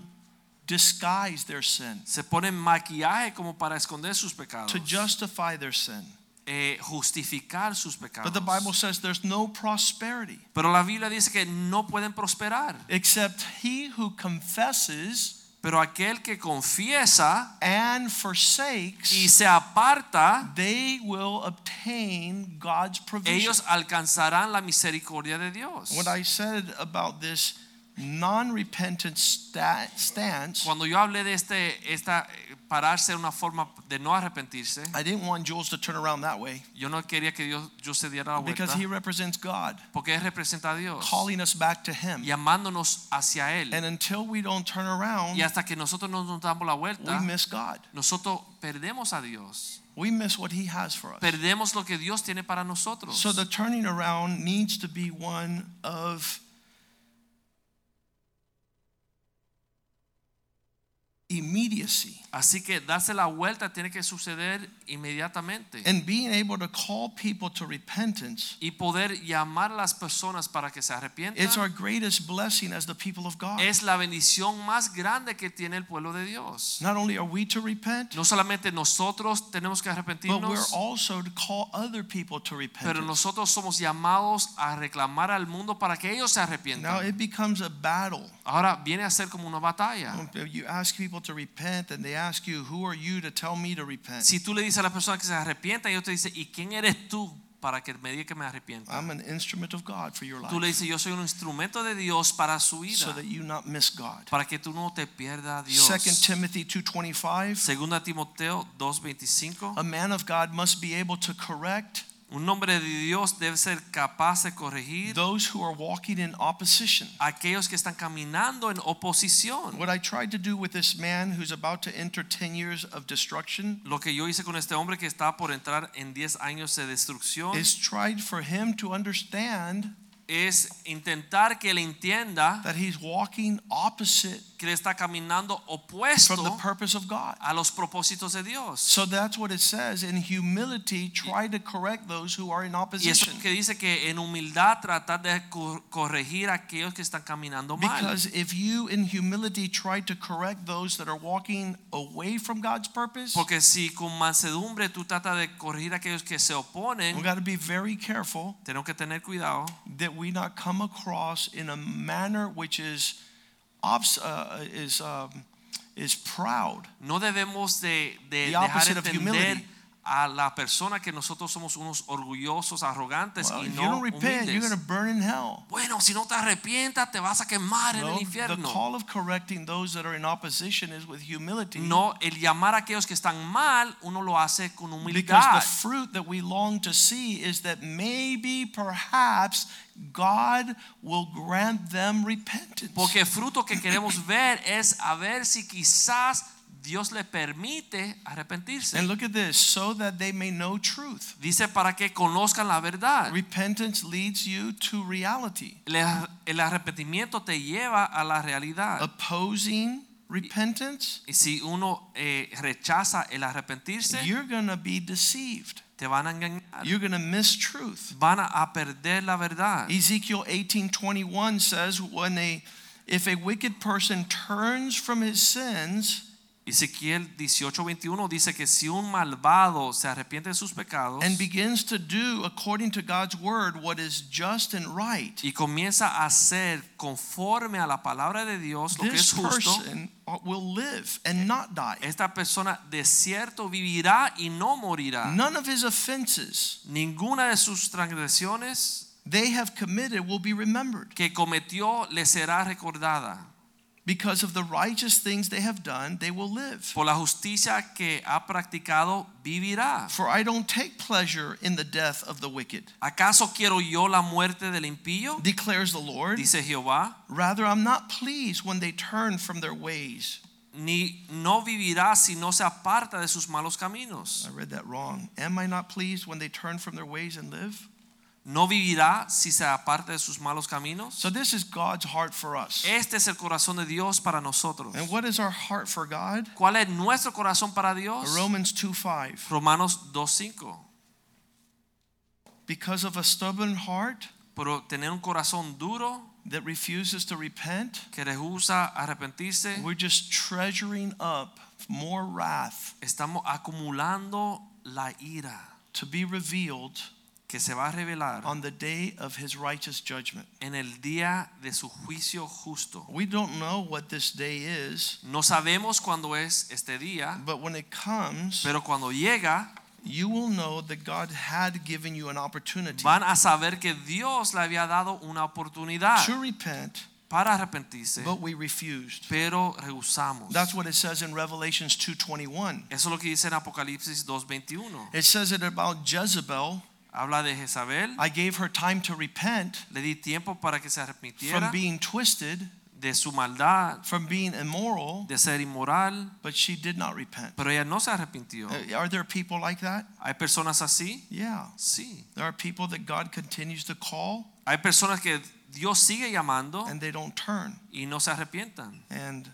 A: disguise their sin,
B: Se ponen maquillaje como para esconder sus pecados.
A: to justify their sin.
B: eh, justificar sus pecados.
A: But the Bible says there's no prosperity
B: Pero la Biblia dice que no pueden prosperar.
A: except he who confesses
B: Pero aquel que confiesa
A: and forsakes.
B: y se aparta,
A: they will obtain God's provision.
B: ellos alcanzarán la misericordia de Dios.
A: What I said about this non-repentant sta- stance,
B: Cuando yo hablé de este, esta eh, pararse de una forma de no arrepentirse,
A: I didn't want Jules to turn around that way
B: yo no quería que Dios yo se diera la
A: because
B: vuelta,
A: he represents God,
B: porque él representa a Dios,
A: calling us back to Him.
B: llamándonos hacia él,
A: And until we don't turn around,
B: y hasta que nosotros no nos damos la
A: we
B: vuelta,
A: miss God.
B: nosotros perdemos a Dios,
A: We miss what He has for us.
B: perdemos lo que Dios tiene para nosotros.
A: So the turning around needs to be one of immediacy
B: Así que darse la vuelta tiene que suceder inmediatamente
A: and being able to call people to repentance.
B: y poder llamar a las personas para que
A: It's
B: se
A: our
B: arrepientan.
A: greatest blessing as the people of God.
B: Es la bendición más grande que tiene el pueblo de Dios.
A: Not only are we to repent,
B: No solamente nosotros tenemos que
A: but we're
B: arrepentirnos,
A: also to call other people to
B: pero
A: repentance.
B: nosotros somos llamados a reclamar al mundo para que ellos se
A: Now
B: arrepientan.
A: it becomes a battle.
B: Ahora viene a ser como una batalla.
A: You ask people to repent, and they ask you, "Who are you to tell me to repent?"
B: Si tú le dices a la persona que se arrepienta, ellos te dicen, ¿y quién eres tú para que me diga que me arrepienta?
A: I'm an instrument of God for your
B: Tú le
A: life,
B: dices, yo soy un instrumento de Dios para su
A: so
B: vida,
A: that you not miss God.
B: para que tú no te pierdas a
A: Second
B: Dios.
A: Timothy two twenty five.
B: Segunda Timoteo 2.25,
A: A man of God must be able to correct
B: un hombre de Dios debe ser capaz de corregir
A: those who are walking in opposition.
B: a aquellos que están caminando en oposición.
A: What I tried to do with this man who's about to enter ten years of destruction
B: Lo que yo hice con este hombre que estaba por entrar en 10 años de destrucción
A: is tried for him to understand
B: es intentar que él entienda
A: that he's walking opposite
B: que él está caminando
A: from the
B: opuesto
A: purpose of God.
B: a los propósitos de Dios.
A: So that's what it says. In humility, try to correct those who are in
B: Y eso
A: opposition.
B: que dice que en humildad tratar de cor- corregir a aquellos que están caminando mal.
A: Because if you, in humility, try to correct those that are walking away from God's purpose,
B: Porque si con mansedumbre tú tratas de corregir a aquellos que se
A: we
B: oponen,
A: got to be very careful
B: tenemos que tener cuidado
A: that we not come across in a manner which is obs- uh, is um, is proud.
B: No debemos de, de
A: The
B: dejar
A: opposite of
B: entender
A: humility.
B: a la persona que nosotros somos unos orgullosos, arrogantes
A: Well,
B: y
A: if you
B: no
A: don't repent, you're
B: humildes.
A: going to burn in hell.
B: Bueno, si no te arrepientas, te vas a quemar en
A: No,
B: el
A: the
B: infierno.
A: call of correcting those that are in opposition is with humility.
B: No, el llamar a aquellos que están mal, uno lo hace con
A: Because the
B: humildad.
A: fruit that we long to see is that maybe, perhaps, God will grant them repentance.
B: Porque el fruto que queremos ver es a ver si quizás Dios le permite
A: And
B: arrepentirse.
A: look at this so that they may know truth.
B: Dice para que conozcan la verdad.
A: Repentance leads you to reality.
B: El el arrepentimiento te lleva a la realidad.
A: Opposing repentance,
B: Y si uno eh, rechaza el arrepentirse,
A: you're going to be deceived.
B: te van a engañar.
A: You're going to miss truth.
B: Van a- a perder la verdad.
A: Ezekiel 18:21 says when a if a wicked person turns from his sins
B: Ezequiel 18:21 dice que si un malvado se arrepiente de sus pecados
A: and begins to do according to God's word what is just and right
B: y comienza a hacer conforme a la palabra de Dios lo que es
A: this
B: justo,
A: person uh, will live and not die
B: esta persona de cierto vivirá y no morirá.
A: none of his offenses
B: Ninguna de sus transgresiones
A: they have committed will be remembered
B: que cometió le será recordada.
A: because of the righteous things they have done they will live
B: Por la justicia que ha practicado vivirá.
A: for I don't take pleasure in the death of the wicked
B: ¿Acaso quiero yo la muerte del impío?
A: declares the Lord
B: Dice Jehová,
A: rather I'm not pleased when they turn from their ways
B: ni no vivirá si no se aparta de sus malos caminos.
A: I read that wrong. Am I not pleased when they turn from their ways and live?
B: No vivirá si se aparta de sus malos caminos.
A: So this is God's heart for us.
B: Este es el corazón de Dios para nosotros.
A: And what is our heart for God?
B: ¿Cuál es nuestro corazón para Dios?
A: Romans 2 5.
B: Romanos 2.5.
A: Because of a stubborn heart
B: Pero tener un corazón duro
A: that refuses to repent,
B: que rehúsa arrepentirse,
A: we're just treasuring up more wrath
B: estamos acumulando la ira
A: to be revealed
B: que se va a revelar
A: on the day of his righteous judgment.
B: en el día de su juicio justo.
A: We don't know what this day is,
B: No sabemos cuándo es este día,
A: but when it comes,
B: pero cuando llega
A: you will know that God had given you an opportunity
B: van a saber que Dios le había dado una oportunidad
A: to repent,
B: para arrepentirse,
A: but we refused.
B: pero rehusamos.
A: That's what it says in Revelations 2:21.
B: Eso es lo que dice en Apocalipsis 2.21.
A: It says it about Jezebel.
B: Habla de Jezabel.
A: I gave her time to repent
B: Le di tiempo para que se arrepintiera
A: from being twisted,
B: de su maldad,
A: from being immoral,
B: de ser inmoral,
A: but she did not repent.
B: pero ella no se arrepintió.
A: Uh, Are there people like that?
B: ¿Hay personas así?
A: Yeah.
B: Sí.
A: There are people that God continues to call
B: Hay personas que Dios sigue llamando
A: and they don't turn.
B: y no se arrepientan.
A: And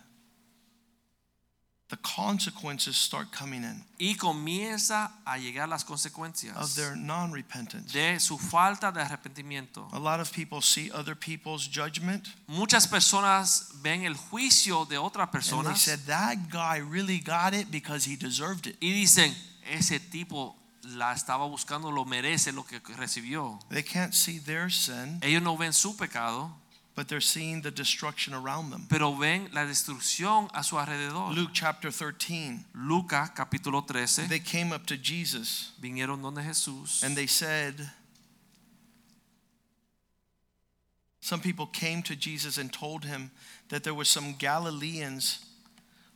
A: the consequences start coming in
B: Y comienza a llegar las consecuencias.
A: of their non repentance.
B: de su falta de arrepentimiento.
A: A lot of people see other people's judgment
B: Muchas personas ven el juicio de otra
A: and they
B: persona
A: said, That guy really got it because he deserved it.
B: y dicen, ese tipo la estaba buscando, lo merece lo que recibió.
A: They can't see their sin,
B: Ellos no ven su pecado,
A: but they're seeing the destruction around them.
B: pero ven la destrucción a su alrededor.
A: Luke chapter 13.
B: Lucas capítulo 13,
A: They came up to Jesus
B: vinieron donde Jesús.
A: and they said, Some people came to Jesus and told him that there were some Galileans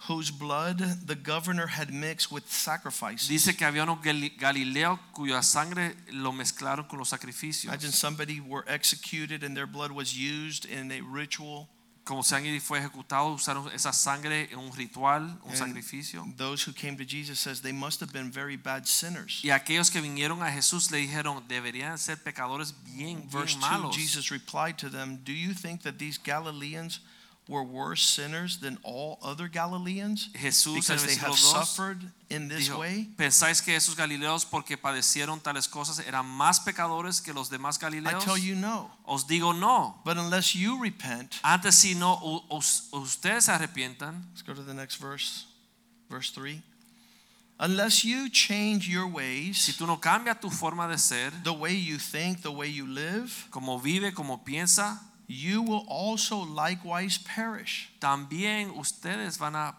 A: whose blood the governor had mixed with sacrifices.
B: Dice que había unos gali- galileos cuya sangre lo mezclaron con los
A: Imagine
B: sacrificios.
A: somebody were executed and their blood was used in a ritual.
B: como sangre fue ejecutado, usaron esa sangre en un ritual, un
A: And
B: sacrificio.
A: Those who came to Jesus says they must have been very bad sinners.
B: Y aquellos que vinieron a Jesús le dijeron, deberían ser pecadores bien,
A: Verse 2
B: bien malos.
A: Jesus replied to them, "Do you think that these Galileans were worse sinners than all other Galileans
B: Jesús en el
A: because they
B: versículo
A: have
B: 2
A: suffered in this
B: dijo,
A: way?"
B: ¿pensáis que esos galileos porque padecieron tales cosas eran más pecadores que los demás
A: I
B: galileos?
A: tell you no.
B: Os digo no.
A: But unless you repent,
B: Antes si no u- us- ustedes se arrepientan,
A: let's go to the next verse, verse 3. Unless you change your
B: si
A: ways,
B: tú no cambias tu forma de ser,
A: the way you think, the way you live,
B: como vive, como piensa,
A: you will also likewise perish.
B: también ustedes van a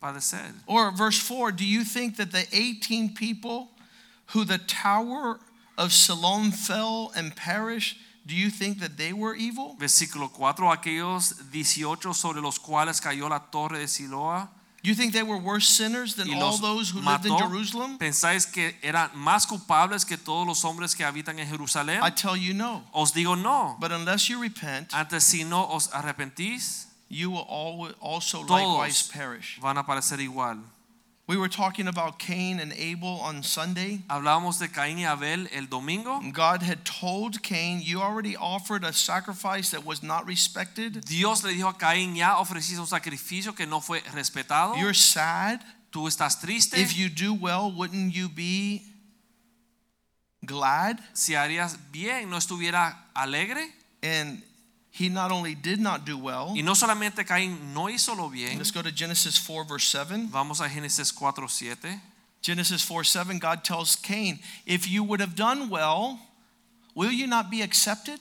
B: padecer.
A: Or verse 4 Do you think that the 18 people who the tower of Siloam fell and perished, do you think that they were evil?
B: Versículo 4, aquellos 18 sobre los cuales cayó la torre de Siloa
A: Do you think they were worse sinners than
B: y
A: all
B: los
A: those who lived in
B: mató,
A: Jerusalem?
B: ¿pensáis que eran más culpables que todos los hombres que habitan en Jerusalén?
A: I tell you no.
B: Os digo no,
A: But unless you repent,
B: antes si no os arrepentís,
A: you will al- also likewise perish.
B: van a parecer igual.
A: We were talking about Cain and Abel on Sunday.
B: Hablábamos de Caín y Abel el domingo.
A: God had told Cain, You already offered a sacrifice that was not respected.
B: Dios le dijo a Caín, ya ofreciste un sacrificio que no fue respetado.
A: You're sad.
B: Tú estás triste.
A: If you do well, wouldn't you be glad?
B: si harías bien, no estuviera alegre.
A: And he not only did not do well,
B: Y no solamente Caín no hizo lo bien.
A: let's go to Genesis 4, verse 7.
B: Vamos a Génesis 4:7.
A: Genesis 4 7, God tells Cain, If you would have done well, will you not be accepted?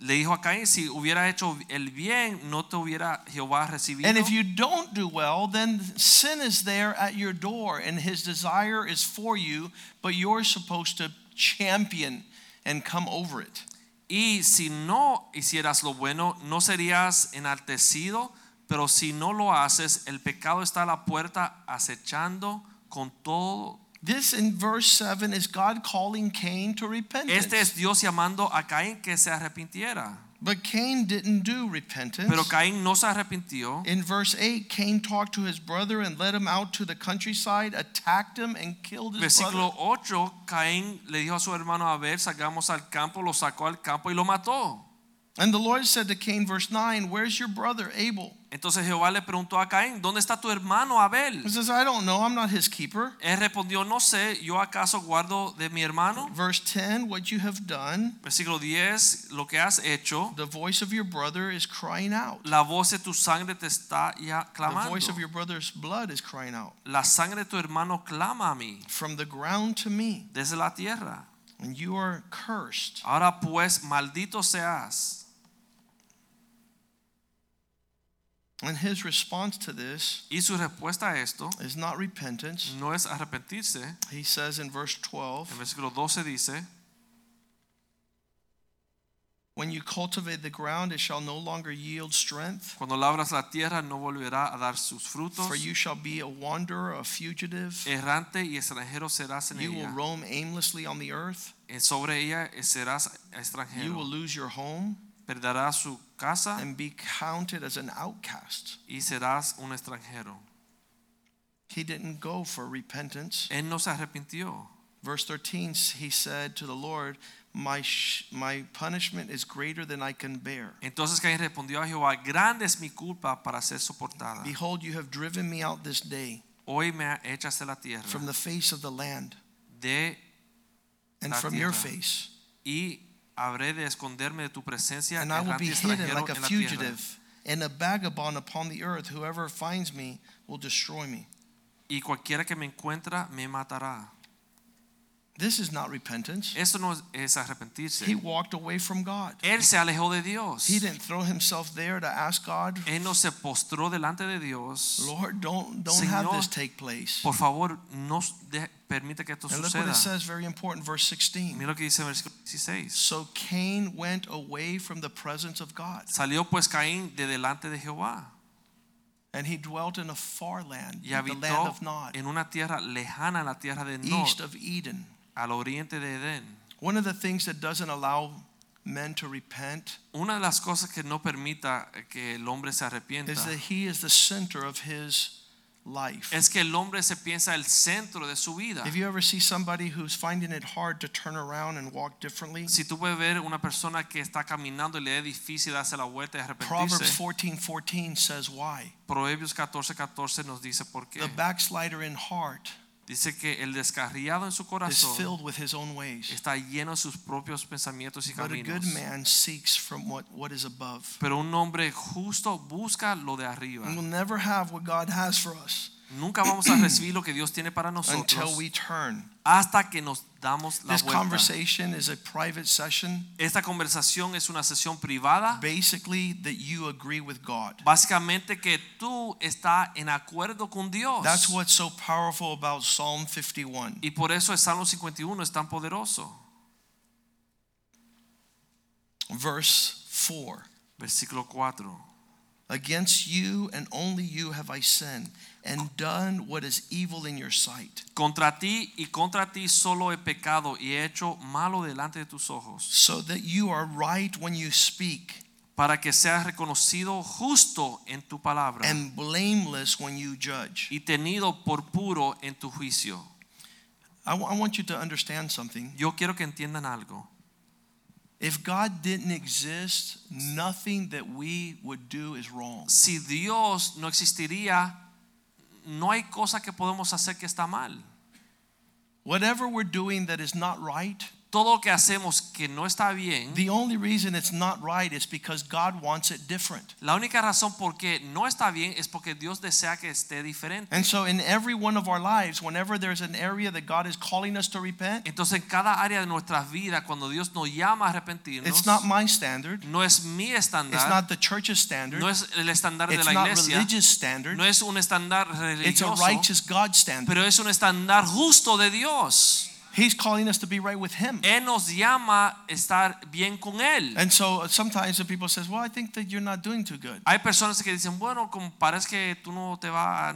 B: Le dijo a Caín, si hubiera hecho el bien, no te hubiera Jehová recibido.
A: And if you don't do well, then sin is there at your door, and his desire is for you, but you're supposed to champion and come over it.
B: y si no hicieras lo bueno, no serías enaltecido, pero si no lo haces, el pecado está a la puerta acechando con todo.
A: This in verse 7 is God calling Cain to repentance.
B: Este es Dios llamando a Caín que se arrepintiera.
A: But Cain didn't do repentance.
B: Pero Caín no se arrepintió.
A: in verse 8, Cain talked to his brother and led him out to the countryside, attacked him, and killed his
B: Versículo
A: brother.
B: 8, Caín le dijo a su hermano Abel, salgamos al campo, lo sacó al campo y lo mató.
A: And the Lord said to Cain, verse 9, Where's your brother Abel?
B: Entonces Jehová le preguntó a Caín, ¿dónde está tu hermano
A: He
B: Abel?
A: says, I don't know. I'm not his keeper.
B: Él respondió, no sé, ¿yo acaso guardo de mi hermano?
A: Verse 10, What you have done,
B: Versículo 10, lo que has hecho,
A: the voice of your brother is crying out.
B: la voz de tu sangre te está ya
A: The voice of
B: clamando.
A: your brother's blood is crying out
B: La sangre de tu hermano clama a mí
A: from the ground to me.
B: desde la tierra.
A: And you are cursed.
B: Ahora pues, maldito seas.
A: And his response to this
B: Y su respuesta a esto
A: is not repentance.
B: no es arrepentirse.
A: He says in verse 12,
B: El versículo 12 dice,
A: When you cultivate the ground, it shall no longer yield strength,
B: Cuando labras la tierra no volverá a dar sus frutos.
A: for you shall be a wanderer, a fugitive.
B: Errante y extranjero serás en
A: You will
B: ella.
A: roam aimlessly on the earth.
B: En eh, Sobre ella serás
A: You will
B: extranjero.
A: lose your home
B: Perderás su casa
A: and be counted as an outcast.
B: y serás un extranjero.
A: He didn't go for repentance.
B: Él no se arrepintió.
A: Verse 13, he said to the Lord, My, sh- my punishment is greater than I can bear.
B: Entonces Caín respondió a Jehová, grande es mi culpa para ser soportada.
A: Behold, you have driven me out this day
B: Hoy me echas de la tierra
A: from the face of the land
B: de,
A: and
B: La
A: from your
B: tierra.
A: face,
B: y habré de esconderme de tu presencia
A: and I will
B: errante
A: be
B: y
A: hidden
B: extranjero
A: like a
B: en la tierra.
A: fugitive and a vagabond upon the earth. Whoever finds me will destroy me.
B: Y cualquiera que me encuentra me matará.
A: This is not repentance.
B: Esto no es- es arrepentirse.
A: He walked away from God.
B: Él se alejó de Dios.
A: He didn't throw himself there to ask God,
B: Él no se postró delante de Dios.
A: Lord, don't don't have
B: Señor,
A: this take place.
B: Por favor, no de- permite que esto
A: And look what
B: suceda.
A: it says, very important, verse 16.
B: Mira lo que dice el versículo 16.
A: So Cain went away from the presence of God,
B: Salió pues Caín de delante de Jehová
A: and he dwelt in a far land,
B: y
A: the land
B: habitó
A: of Nod,
B: en una tierra lejana, la tierra de
A: east
B: Nod,
A: of Eden.
B: al oriente de Edén.
A: One of the things that doesn't allow men to repent
B: Una de las cosas que no permita eh, que el hombre se arrepienta
A: is that he is the center of his life.
B: es que el hombre se piensa el centro de su vida.
A: If you ever see somebody who's finding it hard to turn around and walk differently,
B: Si tú puedes ver una persona que está caminando y le es difícil darse la vuelta y
A: Proverbs
B: arrepentirse,
A: 14 14 says why.
B: Proverbios 14:14 nos dice por qué.
A: The backslider in heart
B: Dice que el descarriado en su
A: is
B: corazón
A: filled with his own ways,
B: está lleno de sus propios pensamientos y
A: but a
B: caminos.
A: good man seeks from what, what is above.
B: Pero un hombre justo busca lo de arriba.
A: And we'll never have what God has for us
B: Nunca vamos a recibir lo que Dios tiene para
A: until
B: nosotros
A: we turn.
B: hasta que nos damos la
A: This
B: vuelta.
A: conversation is a private session,
B: Esta conversación es una sesión privada.
A: basically, that you agree with God.
B: Básicamente que tú estás en acuerdo con Dios.
A: That's what's so powerful about Psalm 51.
B: Y por eso el Salmo 51 es tan poderoso.
A: Verse 4
B: Versículo 4.
A: Against you and only you have I sinned and done what is evil in your sight,
B: Contra ti y contra ti solo he pecado y he hecho malo delante de tus ojos,
A: so that you are right when you speak
B: para que seas reconocido justo en tu palabra
A: and blameless when you judge.
B: y tenido por puro en tu juicio.
A: I wa- I want you to understand something.
B: Yo quiero que entiendan algo.
A: If God didn't exist, nothing that we would do is wrong.
B: Si Dios no existiría, no hay cosa que podemos hacer que está mal.
A: Whatever we're doing that is not right,
B: Todo lo que hacemos que no está bien,
A: the only reason it's not right is because God wants it different.
B: la única razón por qué no está bien es porque Dios desea que esté diferente.
A: And so, in every one of our lives, whenever there's an area that God is calling us to repent,
B: Entonces en cada área de nuestras vidas, cuando Dios nos llama a arrepentirnos,
A: it's not my standard,
B: no es mi
A: it's
B: estándar,
A: not the church's standard,
B: no es el estándar de
A: it's
B: la
A: not
B: iglesia,
A: religious standard,
B: no es un estándar
A: it's a
B: religioso,
A: righteous God standard.
B: pero es un estándar justo de Dios.
A: He's calling us to be right with Him.
B: Él nos llama a estar bien con Él.
A: And so, uh, sometimes the people says, "Well, I think that you're not doing too good."
B: Hay personas que dicen, bueno, como parece que tú no te vas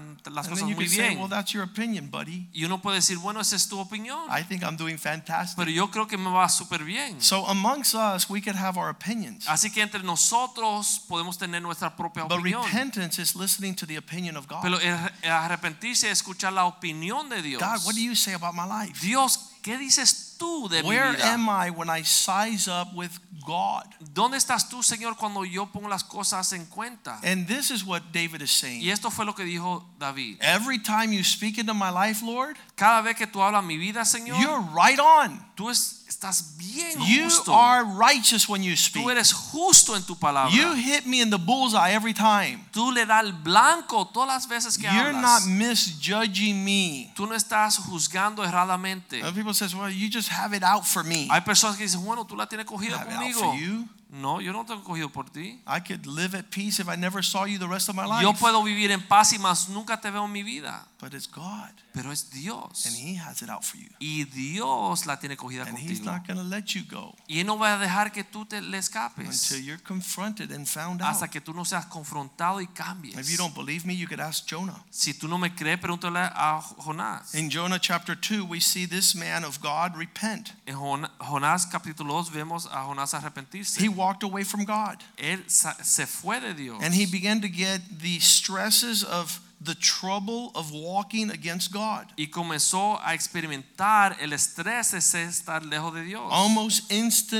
A: And
B: las cosas
A: then you
B: muy
A: can say,
B: bien.
A: "Well, that's your opinion, buddy.
B: Y uno puede decir, bueno, esa es tu opinión,
A: I think I'm doing fantastic."
B: pero yo creo que me va súper bien.
A: So amongst us, we could have our opinions.
B: Así que entre nosotros podemos tener nuestra propia
A: But
B: opinión.
A: repentance is listening to the opinion of God.
B: Pero el el arrepentirse es escuchar la opinión de Dios.
A: God, what do you say about my life?
B: Dios, ¿qué dices tú de
A: Where
B: mi vida?
A: am I when I size up with God?
B: ¿Dónde estás tú, Señor, cuando yo pongo las cosas en cuenta?
A: And this is what David is
B: Y
A: saying.
B: esto fue lo que dijo David.
A: Every time you speak into my life, Lord,
B: Cada vez que tú hablas mi vida, Señor,
A: you're right on.
B: tú es- estás bien
A: You
B: justo.
A: are righteous when you
B: tú
A: speak.
B: eres justo en tu palabra.
A: You hit me in the bullseye every time.
B: tú le das el blanco todas las veces que
A: You're not
B: hablas.
A: misjudging me.
B: tú no estás juzgando erradamente.
A: Other people says, "Well, you just have it out for me."
B: Hay personas que dicen, bueno, tú la tienes
A: I
B: cogida
A: have it out
B: conmigo.
A: for you.
B: No, yo no te he cogido por ti.
A: I could live at peace if I never saw you the rest of my life.
B: Yo puedo vivir en paz y más nunca te veo en mi vida.
A: But it's God,
B: Pero es Dios.
A: and He has it out for you,
B: Y Dios la tiene cogida
A: and He's
B: contigo.
A: not going to let you go
B: Y Él no va a dejar que tú te le
A: until
B: escapes
A: you're confronted and found out.
B: hasta que tú no seas confrontado y
A: If you
B: cambies.
A: don't believe me, you could ask Jonah.
B: Si tú no me crees, pregúntale a Jonás.
A: In Jonah chapter two, we see this man of God repent.
B: En Jon- Jonás capítulo 2 vemos a Jonás
A: He
B: arrepentirse.
A: walked away from God,
B: Él sa- se fue de Dios.
A: and he began to get the stresses of the trouble of walking against God.
B: Y comenzó a experimentar el estrés de ser- estar lejos de Dios.
A: Almost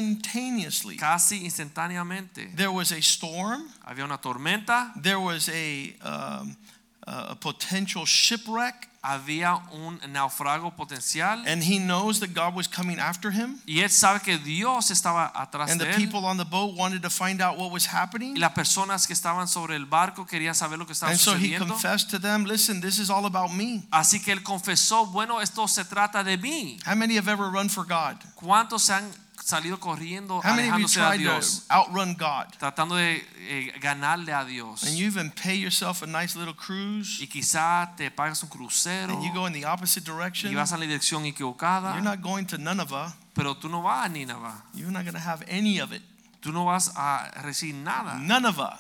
A: instantaneously,
B: Casi instantáneamente.
A: there was a storm.
B: Había una tormenta.
A: there was a, um, uh, a potential shipwreck,
B: había un naufrago potencial
A: and he knows that God was coming after him.
B: y él sabe que Dios estaba atrás
A: And the
B: de él
A: people on the boat wanted to find out what was
B: y
A: happening.
B: las personas que estaban sobre el barco querían saber lo que estaba
A: And so he
B: sucediendo
A: confessed to them, Listen, this is all about me.
B: así que él confesó bueno esto se trata de mí
A: How many have ever run for God?
B: ¿cuántos se han salido corriendo
A: How many of you
B: alejándose de
A: tried to
B: Dios
A: outrun God?
B: tratando de eh, ganarle a Dios
A: And you even pay yourself a nice little cruise,
B: y quizá te pagas un crucero
A: and you go in the opposite direction.
B: y vas
A: You're
B: en la dirección equivocada
A: not going to Nineveh.
B: pero tú no vas a Nínive
A: You're not going to have any of it.
B: tú no vas a recibir nada
A: Nineveh.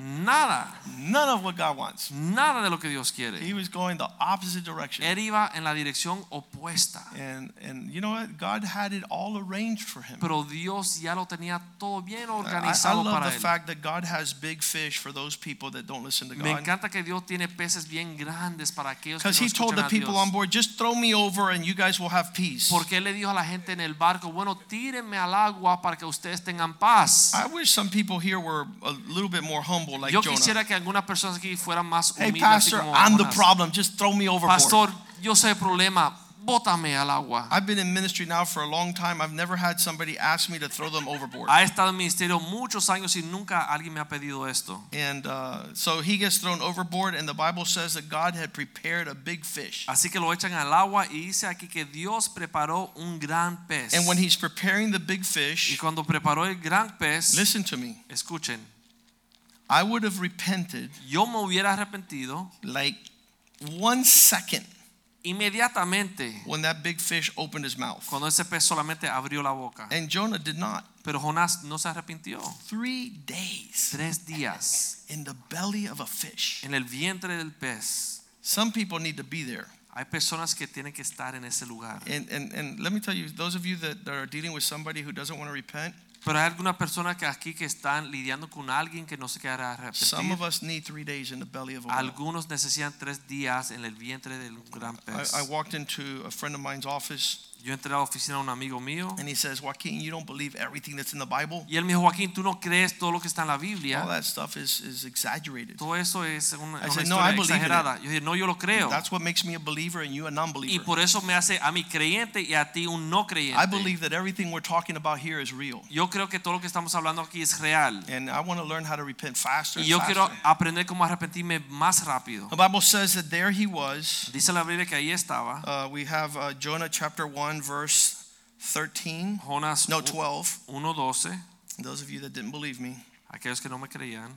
B: Nada,
A: None of what God wants.
B: nada de lo que Dios quiere.
A: He was going the opposite direction.
B: Él iba en la dirección opuesta.
A: And and you know what? God had it all arranged for him.
B: Pero Dios ya lo tenía todo
A: I,
B: bien
A: I
B: organizado
A: love
B: para
A: the
B: él.
A: fact that God has big fish for those people that don't listen to
B: Me
A: God.
B: encanta que Dios tiene peces bien grandes para aquellos que no
A: Because He told
B: escuchan
A: the
B: a
A: people on
B: Dios.
A: board, just throw me over and you guys will have peace.
B: Porque él le dijo a la gente en el barco, bueno, tírenme al agua para que ustedes tengan paz.
A: I wish some people here were a little bit more humble, like
B: Yo
A: Jonah.
B: quisiera que algunas personas aquí fueran más
A: Hey,
B: humildes. así
A: Pastor,
B: como
A: I'm the
B: Jonás.
A: problem. Just throw me overboard.
B: Pastor, yo sé el problema, bótame al agua.
A: I've been in ministry now for a long time. I've never had somebody ask me to throw them overboard.
B: Ha estado en ministerio muchos años y nunca alguien me ha pedido esto.
A: And uh, so he gets thrown overboard, and the Bible says that God had prepared a big fish.
B: Así que lo echan al agua y dice aquí que Dios preparó un gran pez.
A: And when he's preparing the big
B: y
A: fish,
B: cuando preparó el gran pez,
A: listen to me.
B: escuchen,
A: I would have repented
B: yo me hubiera arrepentido
A: like one second
B: inmediatamente
A: when that big fish opened his mouth.
B: cuando ese pez solamente abrió la boca.
A: And Jonah did not.
B: Pero Jonás no se arrepintió.
A: Three days
B: Tres días
A: in the belly of a fish.
B: en el vientre del pez.
A: Some people need to be there.
B: Hay personas que tienen que estar en ese lugar.
A: And, and, and let me tell you, those of you that, that are dealing with somebody who doesn't want to repent,
B: Pero hay algunas personas que aquí que están lidiando con alguien que no se quedará
A: some of
B: arrepentido.
A: us need three days in the belly of a whale.
B: Algunos necesitan tres días en el vientre del gran
A: I,
B: pez.
A: I walked into a friend of mine's office
B: Yo entré a la oficina de un amigo mío
A: and he says, Joaquin, you don't believe everything that's in the Bible?
B: y él me dijo, Joaquín, tú no crees todo lo que está en la
A: All
B: Biblia.
A: that stuff is, is exaggerated.
B: Todo eso es una,
A: I
B: una
A: said, "No, I
B: historia
A: believe in it."
B: exagerada. Yo dije, no, yo lo creo.
A: That's what makes me a believer and you a non
B: Y
A: believer.
B: por eso me hace a mí creyente y a ti un no
A: I
B: creyente.
A: believe that everything we're talking about here is real.
B: Yo creo que todo lo que estamos hablando aquí es real.
A: And I want to learn how to repent faster.
B: Y
A: And
B: yo quiero
A: faster.
B: aprender cómo arrepentirme más rápido.
A: The Bible says that there he was.
B: Dice la Biblia que ahí estaba.
A: Uh, we have uh, Jonah chapter 1, verse 13.
B: Jonas
A: No, 12.
B: 1.12.
A: Those of you that didn't believe me.
B: Aquellos que no me creían.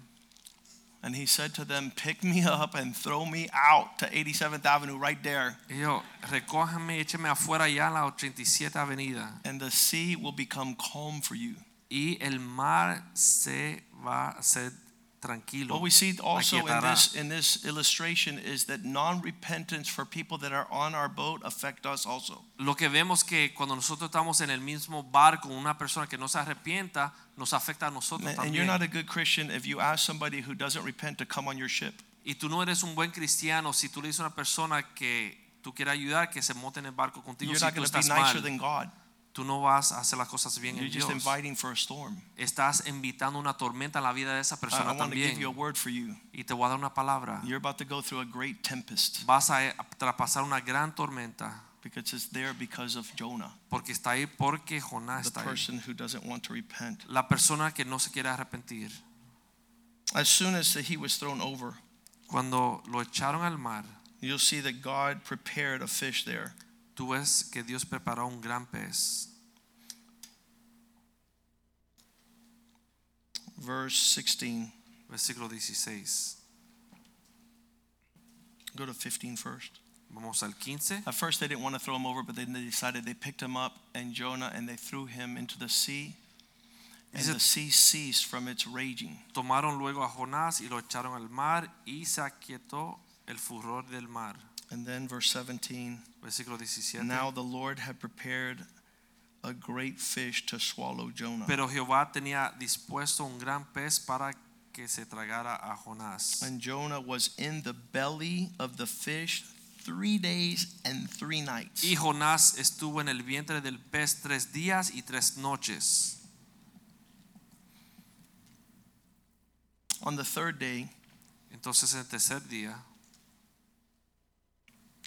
A: And he said to them, Pick me up and throw me out to 87th Avenue right there,
B: Y yo, recójanme y échenme afuera ya a la 87 avenida.
A: and the sea will become calm for you.
B: Y el mar se va a hacer tranquilo.
A: What we see also in
B: Aquietará.
A: this in this illustration is that non-repentance for people that are on our boat affect us also.
B: Lo que vemos que cuando nosotros estamos en el mismo barco, una persona que no se arrepienta, nos afecta a nosotros
A: Man, and you're
B: también.
A: not a good Christian if you ask somebody who doesn't repent to come on your ship.
B: y tú no eres un buen cristiano si tú le dices a una persona que tú quieres ayudar, que se monte en el barco contigo.
A: You're
B: si
A: not
B: tú
A: going to be
B: estás
A: nicer
B: mal,
A: than God.
B: tú no vas a hacer las cosas bien
A: You're
B: en
A: just
B: Dios.
A: inviting for a storm.
B: Estás invitando una tormenta a la vida de esa
A: I,
B: persona
A: I want to give you a
B: también. Ah.
A: word for you.
B: Y te voy a dar una palabra.
A: You're about to go through a great tempest
B: Vas a eh, traspasar una gran tormenta
A: because it's there because of Jonah,
B: porque está ahí porque Jonás
A: the
B: está ahí.
A: person who doesn't want to repent.
B: La persona que no se quiere arrepentir.
A: As soon as he was thrown over,
B: Cuando lo echaron al mar,
A: you'll see that God prepared a fish there.
B: tú ves que Dios preparó un gran pez.
A: Verse 16.
B: Versículo 16.
A: Go to 15 first.
B: Vamos al 15.
A: At first, they didn't want to throw him over, but then they decided they picked him up and Jonah and they threw him into the sea. And
B: Is it-
A: the sea ceased from its raging.
B: Tomaron luego a Jonás y lo echaron al mar y se aquietó el furor del mar.
A: And then, verse 17
B: Versículo 17.
A: Now the Lord had prepared a great fish to swallow Jonah.
B: Pero Jehová tenía dispuesto un gran pez para que se tragara a Jonás.
A: And Jonah was in the belly of the fish three days and three nights.
B: Y Jonás estuvo en el vientre del pez tres días y tres noches.
A: On the third day,
B: Entonces en el tercer día.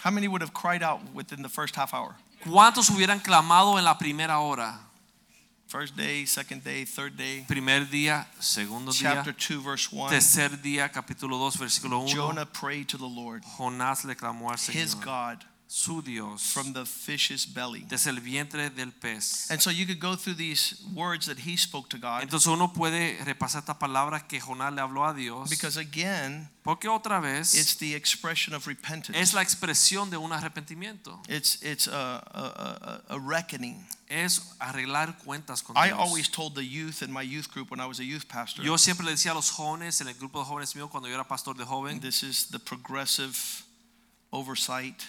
A: how many would have cried out within the first half hour?
B: ¿Cuántos hubieran clamado en la primera hora?
A: First day, second day, third day.
B: Primer día, segundo día,
A: Chapter 2, verse 1.
B: tercer día, capítulo 2, versículo 1.
A: Jonah prayed to the Lord,
B: Jonás le clamó al
A: his
B: Señor,
A: God,
B: su Dios
A: from the fish's belly.
B: desde el vientre del pez.
A: And so you could go through these words that he spoke to God
B: Entonces uno puede repasar estas palabras que Jonás le habló a Dios,
A: because again,
B: porque otra vez
A: it's the expression of
B: es
A: repentance.
B: la expresión de un arrepentimiento,
A: It's it's a a, a, a reckoning.
B: es arreglar cuentas con
A: I
B: Oh, Dios.
A: always told the youth in my youth group when I was a youth pastor,
B: Yo siempre le decía a los jóvenes, en el grupo de jóvenes mío, cuando yo era pastor de joven,
A: this is the progressive oversight.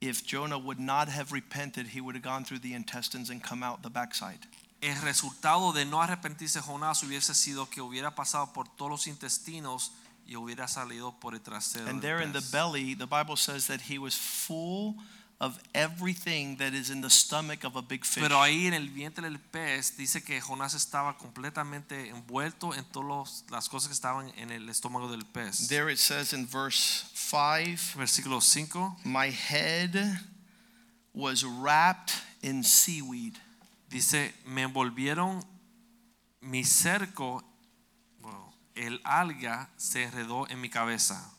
A: If Jonah would not have repented, he would have gone through the intestines and come out the backside.
B: el resultado de no arrepentirse Jonás hubiese sido que hubiera pasado por todos los intestinos y hubiera salido por el trasero.
A: And
B: del
A: there in the
B: pez.
A: belly, the Bible says that he was full of everything that is in the stomach of a big fish.
B: Pero ahí en el vientre del pez dice que Jonás estaba completamente envuelto en todas las cosas que estaban en el estómago del pez.
A: There it says in verse 5
B: Versículo 5
A: My head was wrapped in seaweed.
B: dice, me envolvieron mi cerco, wow, el alga se enredó en mi cabeza.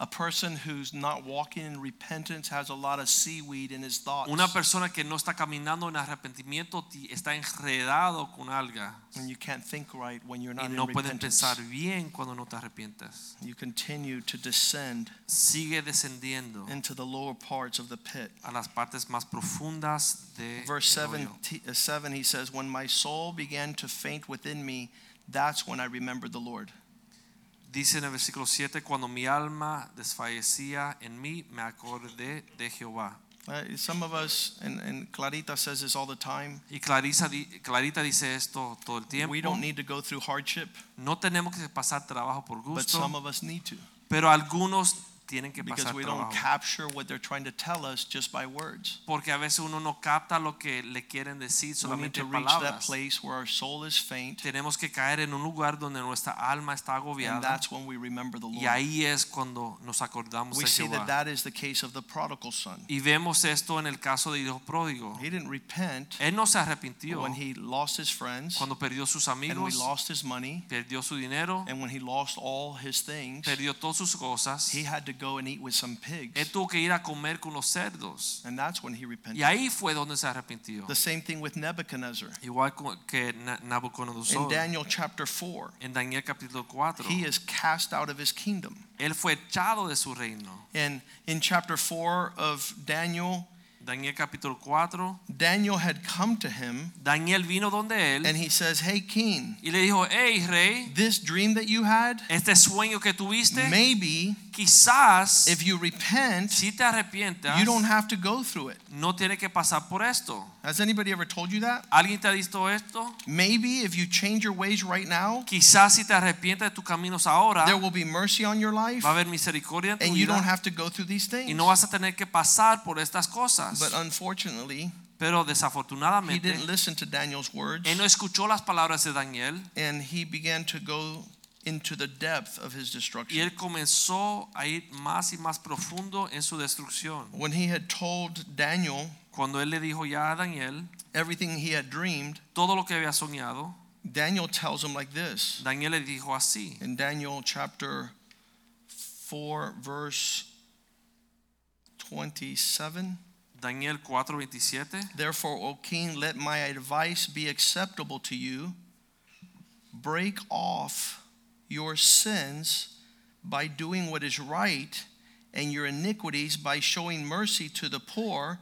A: A person who's not walking in repentance has a lot of seaweed in his thoughts.
B: Una persona que no está caminando en arrepentimiento ti- está enredado con alga
A: and you can't think right when you're
B: y
A: not
B: no
A: in
B: puede
A: repentance.
B: pensar bien cuando no te arrepientes.
A: You continue to descend
B: Sigue descendiendo
A: into the lower parts of the pit.
B: a las partes más profundas de
A: Verse
B: el
A: 7,
B: hoyo.
A: t- uh, 7 he says, When my soul began to faint within me, that's when I remembered the Lord.
B: Dice en el versículo 7, cuando mi alma desfallecía en mí, me acordé de Jehová.
A: Uh, some of us, and, and Clarita says this all the time,
B: Y Clarisa di- Clarita dice esto todo el tiempo.
A: we don't need to go through hardship,
B: No tenemos que pasar trabajo por
A: but some
B: gusto,
A: of us need to
B: pero algunos tienen que
A: because
B: pasar
A: we don't
B: trabajo.
A: capture what they're trying to tell us just by words.
B: Porque a veces uno no capta lo que le quieren decir
A: We need
B: solamente
A: to
B: en
A: reach that
B: palabras.
A: place where our soul is faint,
B: Tenemos que caer en un lugar donde nuestra alma está
A: and
B: agobiada.
A: that's when we remember the
B: Y
A: Lord.
B: ahí es cuando nos acordamos
A: We
B: de
A: see that
B: Jehová.
A: that is the case of the prodigal son.
B: Y vemos esto en el caso de Hijo Pródigo.
A: He didn't repent
B: Él no se arrepintió
A: when he lost his friends,
B: cuando perdió sus
A: and when he
B: amigos,
A: lost his money,
B: perdió su dinero,
A: and when he lost all his things.
B: perdió todas sus cosas.
A: He had to go and eat with some
B: Él
A: pigs,
B: tuvo que ir a comer con los cerdos.
A: and that's when he
B: Y
A: repented.
B: ahí fue donde se arrepintió.
A: The same thing with Nebuchadnezzar.
B: Igual co- que Na-
A: In
B: Nabucodonosor.
A: Daniel chapter 4,
B: En Daniel capítulo 4.
A: he is cast out of his kingdom.
B: Él fue echado de su reino.
A: And in chapter 4 of Daniel,
B: Daniel capítulo 4.
A: Daniel had come to him
B: Daniel vino donde él
A: and he says, Hey, king,
B: y le dijo, hey rey,
A: this dream that you had,
B: este sueño que tuviste,
A: maybe
B: quizás
A: if you repent,
B: si te arrepientas,
A: you don't have to go through it.
B: no tienes que pasar por esto.
A: Has anybody ever told you that?
B: ¿Alguien te ha dicho esto?
A: Maybe if you change your ways right now,
B: Quizás si te arrepientes de tus caminos ahora,
A: there will be mercy on your life
B: Ah. va a haber misericordia en tu
A: and you don't
B: vida
A: have to go through these
B: y
A: things.
B: no vas a tener que pasar por estas cosas.
A: But unfortunately,
B: Pero
A: he
B: desafortunadamente,
A: didn't listen to Daniel's words
B: él no escuchó las palabras de Daniel
A: and he began to go into the depth of his
B: y
A: destruction.
B: él comenzó a ir más y más profundo en su destrucción.
A: When he had told Daniel
B: Cuando él le dijo ya a Daniel
A: everything he had dreamed,
B: todo lo que había soñado,
A: Daniel tells him like this
B: Daniel le dijo así.
A: in Daniel chapter 4, verse 27.
B: Daniel 4:27.
A: Therefore, O king, let my advice be acceptable to you. Break off your sins by doing what is right, and your iniquities by showing mercy to the poor.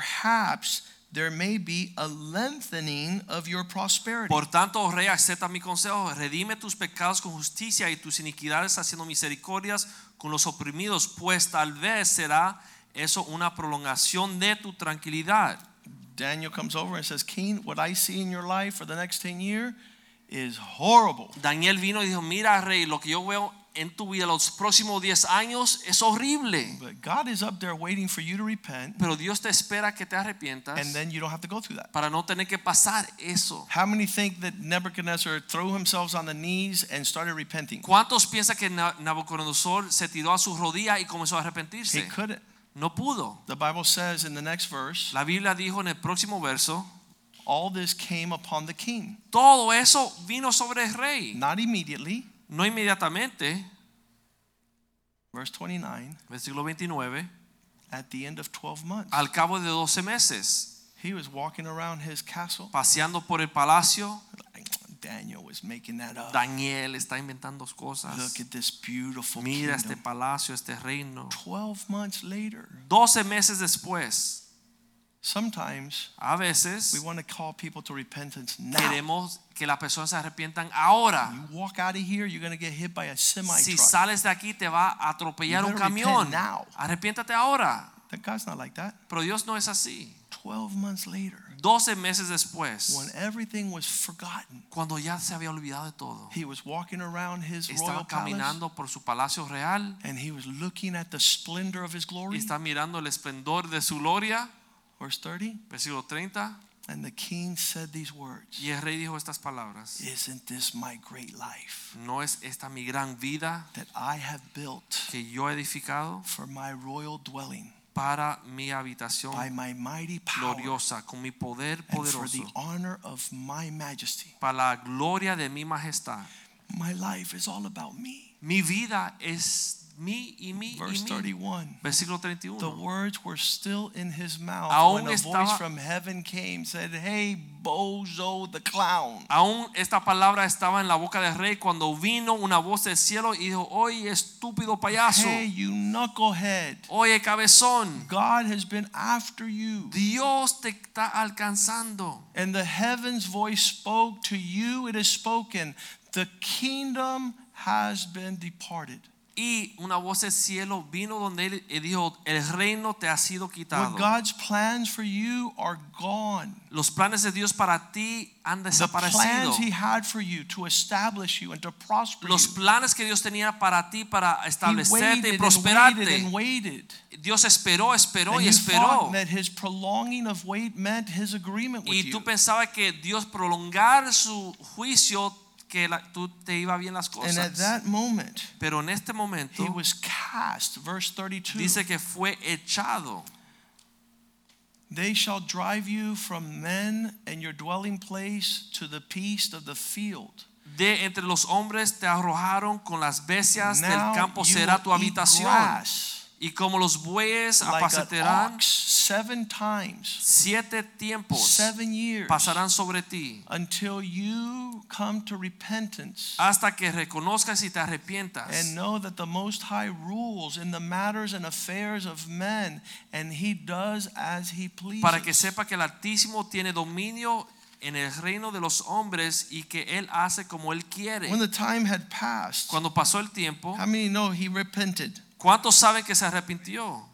A: Perhaps there may be a lengthening of your prosperity.
B: Por tanto, oh rey, acepta mi consejo, redime tus pecados con justicia y tus iniquidades haciendo misericordias con los oprimidos, pues tal vez será eso una prolongación de tu tranquilidad.
A: Daniel comes over and says, King, what I see in your life for the next 10 years is horrible.
B: Daniel vino y dijo, mira rey, lo que yo veo en tu vida los próximos 10 años es horrible,
A: But God is up there waiting for you to repent,
B: pero Dios te espera que te arrepientas
A: and then you don't have to go through that.
B: para no tener que pasar eso.
A: How many think that Nebuchadnezzar threw himself on the knees and started repenting?
B: ¿Cuántos piensan que Na- Nabucodonosor se tiró a sus rodillas y comenzó a
A: He
B: arrepentirse?
A: couldn't.
B: No pudo.
A: The Bible says in the next verse,
B: La Biblia dijo en el próximo verso,
A: all this came upon the king.
B: todo eso vino sobre el rey.
A: Not immediately,
B: No inmediatamente,
A: verse 29,
B: versículo 29,
A: at the end of 12 months.
B: Al cabo de 12 meses,
A: He was walking around his castle.
B: paseando por el palacio,
A: Like, Daniel was making that up.
B: Daniel está inventando
A: Look
B: cosas.
A: at this beautiful
B: Mira este
A: kingdom.
B: palacio, este reino.
A: 12 months later,
B: 12 meses después,
A: sometimes
B: a
A: we
B: veces
A: want to call people to repentance now. You
B: queremos que las personas se arrepientan ahora.
A: walk out of here, you're going to get hit by a semi
B: Si
A: truck.
B: sales de aquí te va a atropellar
A: You
B: un
A: better repent
B: camión.
A: now.
B: Arrepiéntate ahora.
A: That God's not like that.
B: Pero Dios no es así.
A: 12 months later,
B: 12 meses después,
A: when everything was forgotten,
B: cuando ya se había olvidado de todo,
A: he was walking around his royal
B: estaba
A: palace
B: caminando por su palacio real
A: and he was looking at the splendor of his
B: y
A: glory.
B: está mirando el esplendor de su gloria,
A: Verse 30.
B: versículo 30,
A: And the king said these words
B: y el rey dijo estas palabras,
A: Isn't this my great life
B: no es esta mi gran vida
A: that I have built
B: que yo he edificado
A: for my royal dwelling
B: para mi
A: by
B: habitación
A: my mighty power
B: gloriosa, con mi poder
A: and for the
B: Oh, poderoso,
A: honor of my majesty?
B: para la gloria de mi majestad.
A: My life is all about me.
B: Mi vida es mí y mí
A: Verse
B: y mí.
A: 31.
B: Versículo
A: The
B: 31.
A: words were still in his mouth
B: Aún
A: when a voice
B: estaba-
A: from heaven came, said, Hey, Bozo the clown.
B: Aún esta palabra estaba en la boca del rey cuando vino una voz del cielo y dijo, oye estúpido payaso,
A: Hey, you knucklehead.
B: oye cabezón,
A: God has been after you.
B: Dios te está alcanzando.
A: And the heavens voice spoke to you, it is spoken. The kingdom has been departed.
B: Y una voz del cielo vino donde él y dijo, el reino te ha sido quitado.
A: What God's plans for you are gone.
B: Los planes de Dios para ti han
A: The
B: desaparecido.
A: plans He had for you to establish you and to prosper
B: Los
A: you.
B: planes que Dios tenía para ti para
A: He
B: establecerte y
A: waited and waited and
B: prosperarte.
A: waited.
B: Dios esperó, esperó
A: And
B: y
A: you
B: esperó.
A: thought that his prolonging of wait meant his agreement with you.
B: Y tú pensabas que Dios prolongar su juicio, que la- tú te iba bien las
A: And at
B: cosas.
A: that moment,
B: Pero en este momento
A: he was cast. Verse 32.
B: dice que fue echado.
A: They shall drive you from men and your dwelling place to the peace of the field.
B: De entre los hombres te arrojaron con las bestias del
A: Now
B: campo
A: you
B: será tu
A: will eat
B: habitación.
A: grass
B: Y como los bueyes
A: like an
B: apaceterán
A: ox seven times,
B: siete tiempos
A: seven years,
B: pasarán sobre ti
A: until you come to repentance
B: hasta que reconozcas y te
A: and
B: arrepientas
A: know that the Most High rules in the matters and affairs of men, and He does as He pleases.
B: para que sepa que el Altísimo tiene dominio en el reino de los hombres y que Él hace como Él quiere.
A: When the time had passed,
B: Cuando pasó el tiempo,
A: how many know He repented?
B: ¿cuántos saben que se arrepintió?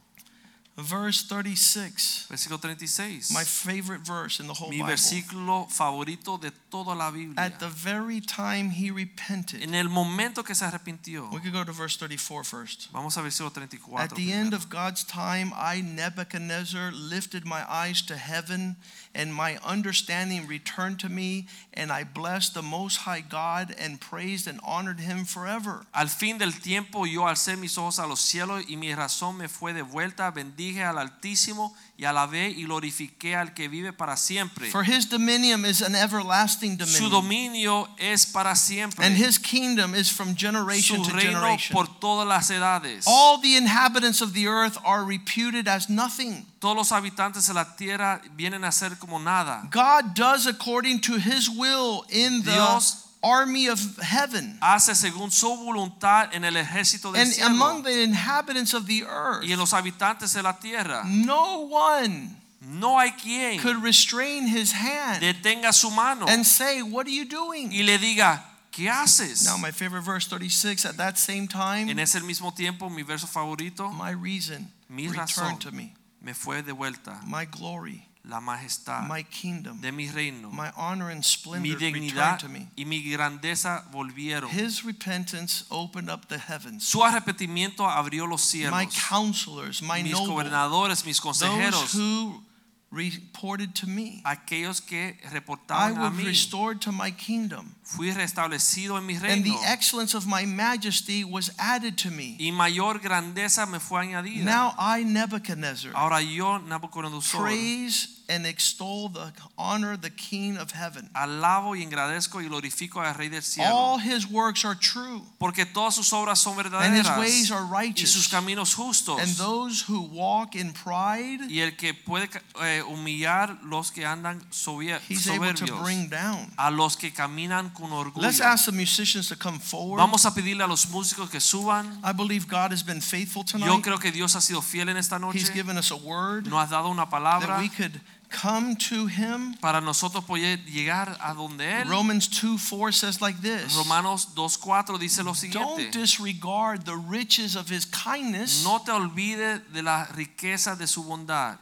A: Verse 36,
B: Versículo 36.
A: my favorite verse in the whole
B: Mi
A: Bible.
B: versículo favorito de toda la Biblia.
A: At the very time He repented,
B: En el momento que se arrepintió.
A: we could go to verse 34 first.
B: Vamos a versículo 34.
A: At the
B: primero.
A: end of God's time, I, Nebuchadnezzar, lifted my eyes to heaven, and my understanding returned to me, and I blessed the Most High God and praised and honored him forever.
B: Al fin del tiempo yo alcé mis ojos a los cielos y mi razón me fue devuelta. Bendije al Altísimo y alabé y glorifiqué al que vive para siempre.
A: For his dominion is an everlasting
B: Su
A: dominion,
B: dominio es para siempre.
A: and his kingdom is from generation
B: Su
A: to
B: reino
A: generation.
B: por todas las edades.
A: All the inhabitants of the earth are reputed as nothing.
B: Todos los habitantes de la tierra vienen a ser como nada.
A: God does according to his will in the
B: Dios-
A: army of heaven.
B: Hace según su voluntad en el ejército del
A: And
B: cielo
A: among the inhabitants of the earth,
B: y en los habitantes de la tierra.
A: no one
B: No hay quien
A: could restrain his hand
B: detenga su mano
A: and say, What are you doing?
B: y le diga, ¿qué haces?
A: Now, my favorite verse 36 at that same
B: En
A: time,
B: ese mismo tiempo, mi verso favorito
A: my reason
B: Mi
A: returned
B: razón.
A: to me,
B: me fue de vuelta
A: my glory,
B: la majestad
A: my kingdom,
B: de mi reino,
A: my honor and
B: mi
A: splendor returned
B: dignidad
A: to me.
B: y mi grandeza volvieron.
A: His repentance opened up the heavens.
B: Su arrepentimiento abrió los cielos.
A: My counselors, my
B: Mis
A: nobles,
B: gobernadores, mis
A: those
B: consejeros,
A: who reported to me,
B: aquellos que
A: I
B: reportaban a
A: was
B: mí,
A: restored to my kingdom.
B: fui restablecido en mi
A: and the
B: reino
A: excellence of my majesty was added to me.
B: y mayor grandeza me fue añadida.
A: Now I, Nebuchadnezzar,
B: Ahora yo, Nabucodonosor,
A: praise and extol the honor the King of heaven.
B: Alabo y agradezco y glorifico al Rey del cielo.
A: All his works are true,
B: Porque todas sus obras son
A: and his ways
B: verdaderas
A: are
B: y
A: righteous.
B: sus caminos justos.
A: And those who walk in pride,
B: Y el que puede eh, humillar los que andan sobie-
A: he's able to
B: soberbios,
A: bring down.
B: a los que caminan con orgullo.
A: Let's ask the musicians to come forward.
B: Vamos a pedirle a los músicos que suban.
A: I believe God has been faithful
B: Yo
A: tonight.
B: creo que Dios ha sido fiel en esta
A: He's
B: noche.
A: given us a word
B: Nos has dado una
A: that
B: palabra
A: we could come to him.
B: para nosotros poder llegar a donde Él.
A: Romans 2 4 says like this
B: Romanos 2.4 dice lo
A: Don't
B: siguiente.
A: disregard the riches of his kindness,
B: No te olvides de la riqueza de su bondad,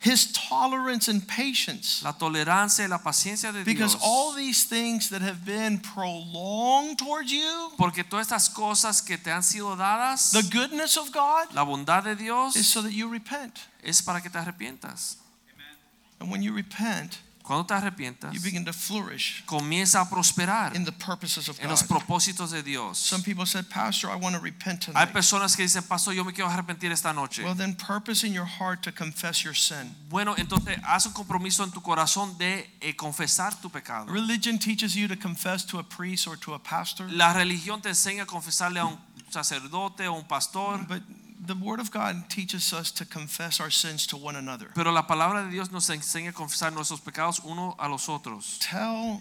A: his tolerance and patience.
B: la tolerancia y la paciencia de
A: Because
B: Dios.
A: all these things that have been prolonged towards you,
B: Porque todas estas cosas que te han sido dadas,
A: the goodness of God,
B: la bondad de Dios
A: is so that you repent.
B: es para que te arrepientas.
A: And when you repent,
B: Cuando te arrepientas,
A: you begin to flourish
B: comienza a prosperar
A: in the purposes of
B: en los
A: God.
B: propósitos de Dios.
A: Some people said, Pastor, I want to repent
B: Hay
A: tonight.
B: personas que dicen, Pastor, yo me quiero arrepentir esta noche.
A: Well, then purpose in your heart to confess your sin.
B: Bueno, entonces haz un compromiso en tu corazón de eh, confesar tu pecado.
A: Religion teaches you to confess to a priest or to a pastor,
B: La religión te enseña a confesarle a un sacerdote o un pastor,
A: but the Word of God teaches us to confess our sins to one another.
B: pero la palabra de Dios nos enseña a confesar nuestros pecados uno a los otros.
A: Tell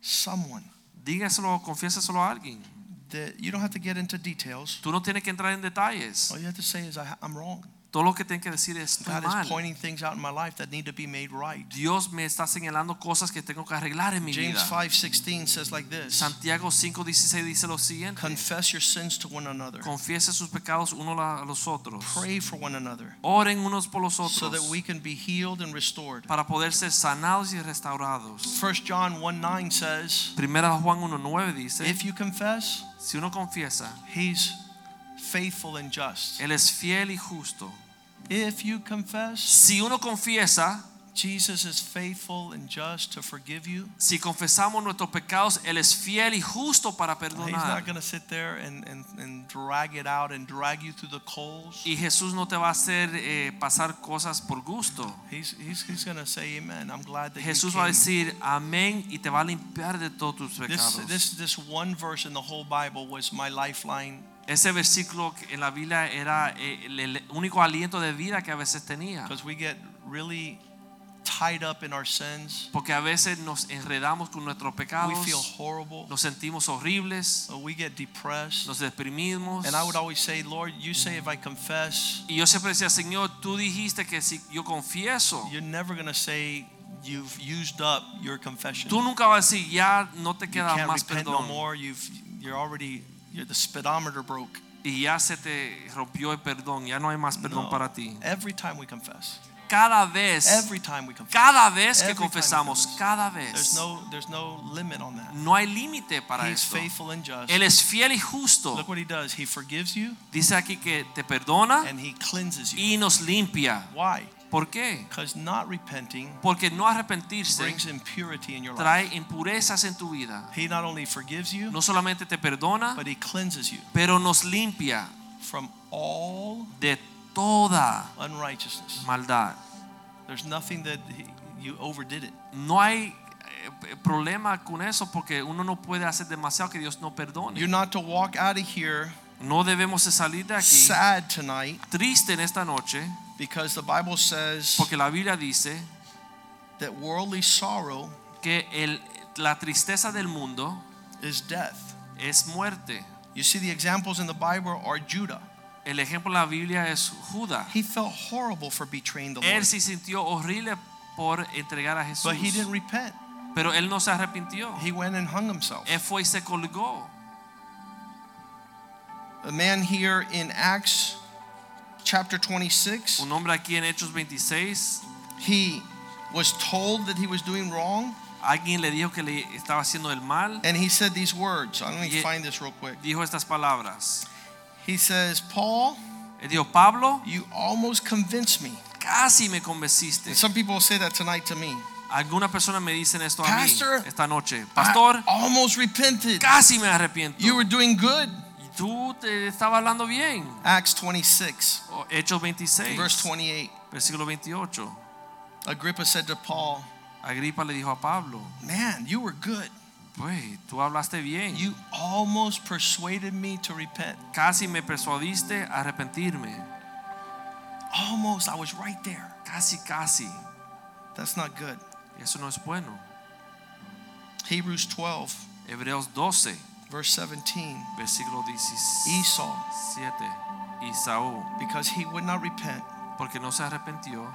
A: someone
B: Dígaselo, confiésaselo a alguien.
A: that you don't have to get into details.
B: Tú no tienes que entrar en detalles.
A: All you have to say is, I, I'm wrong.
B: Todo lo que tienes que decir es estoy
A: God is
B: mal.
A: pointing things out in my life that need to be made right.
B: Dios me está señalando cosas que tengo que arreglar en mi
A: James
B: vida.
A: 5:16 says like this:
B: Santiago 5:16 dice lo siguiente:
A: Confess your sins to one another.
B: Confiese sus pecados uno a los otros.
A: Pray for one another
B: Oren unos por los
A: so that
B: otros
A: we can be healed and restored.
B: para poder ser sanados y restaurados.
A: 1 John 1:9 says,
B: Primera Juan 1:9 dice:
A: If you confess,
B: Si uno confiesa,
A: He's faithful and just.
B: él es fiel y justo.
A: If you confess,
B: Si uno confiesa,
A: Jesus is faithful and just to forgive you.
B: si confesamos nuestros pecados, él es fiel y justo para
A: He's not
B: perdonar.
A: going to sit there and, and, and drag it out and drag you through the coals.
B: Y Jesús no te va a hacer eh, pasar cosas por gusto.
A: He's, he's, he's going to say, Amen. I'm glad that you
B: Jesús va a
A: came.
B: decir amén y te va a limpiar de todos tus
A: This,
B: pecados.
A: this, this one verse in the whole Bible was my lifeline
B: Ese versículo que en la Biblia era eh, el, el único aliento de vida que a veces tenía.
A: because we get really tied up in our sins.
B: Porque a veces nos enredamos con nuestros
A: We feel
B: pecados,
A: horrible.
B: nos sentimos horribles,
A: Uh, We get depressed.
B: nos deprimimos.
A: And I would always say, Lord, you say if I confess,
B: Y yo siempre decía, Señor, tú dijiste que si yo confieso,
A: you're never going to say you've used up your confession.
B: tú nunca vas a decir, ya no te
A: you
B: queda
A: can't
B: más
A: repent no
B: perdón.
A: more. You've you're already you're, the speedometer broke.
B: Y ya se te rompió el perdón, ya no hay más perdón
A: No.
B: para ti.
A: Every time we confess,
B: Cada vez,
A: every time we confess,
B: cada vez
A: Every
B: que
A: time we
B: confesamos,
A: confess.
B: cada
A: there's
B: vez.
A: no there's no limit on that.
B: No hay límite para
A: He's
B: esto.
A: faithful and just.
B: Él es fiel y justo.
A: Look what he does. He forgives you
B: Dice aquí que te perdona
A: and he cleanses you.
B: Ah. y nos limpia.
A: Why?
B: ¿Por qué?
A: Because not repenting
B: Porque no arrepentirse
A: brings impurity in your life.
B: trae impurezas en tu vida.
A: He not only forgives you,
B: No solamente te perdona,
A: but he cleanses you
B: pero nos limpia
A: from all
B: de toda
A: unrighteousness.
B: maldad.
A: There's nothing that he, you overdid it.
B: No hay eh, problema con eso porque uno no puede hacer demasiado que Dios no
A: You're
B: perdone.
A: not to walk out of here
B: No debemos de salir de aquí
A: sad tonight
B: triste en esta noche
A: because the Bible says
B: porque la Biblia dice
A: that worldly sorrow
B: que el- la tristeza del mundo
A: is death.
B: es muerte.
A: You see, the examples in the Bible are Judah.
B: El ejemplo en la Biblia es Judas.
A: He felt horrible for betraying the Lord,
B: Él sí sintió horrible por entregar a Jesús,
A: but he didn't repent.
B: pero él no se arrepintió.
A: He went and hung himself.
B: Él fue y se colgó.
A: A man here in Acts chapter 26,
B: Un hombre aquí en Hechos 26,
A: he was told that he was doing wrong,
B: alguien le dijo que le estaba haciendo el mal,
A: and he said these words. I'm going to
B: Ye-
A: find this real quick.
B: dijo estas palabras.
A: He says, Paul,
B: Él dijo, Pablo,
A: you almost convinced me.
B: casi me convenciste.
A: And some people will say that tonight to me.
B: Algunas personas me dicen esto a mí
A: Pastor,
B: esta noche. Pastor,
A: I almost repented.
B: casi me arrepiento.
A: You were doing good.
B: Y tú te estaba hablando bien.
A: Acts 26,
B: O- Hechos 26,
A: verse 28.
B: versículo 28.
A: Agrippa said to Paul,
B: Agripa le dijo a Pablo,
A: Man, you were good.
B: pues tú hablaste bien,
A: You almost persuaded me to repent.
B: casi me persuadiste a arrepentirme,
A: Almost, I was right there.
B: casi, casi,
A: That's not good.
B: eso no es bueno.
A: Hebrews 12,
B: Hebreos 12,
A: verse 17
B: versículo 17,
A: Esau,
B: Isaú,
A: because he would not repent,
B: porque no se arrepintió,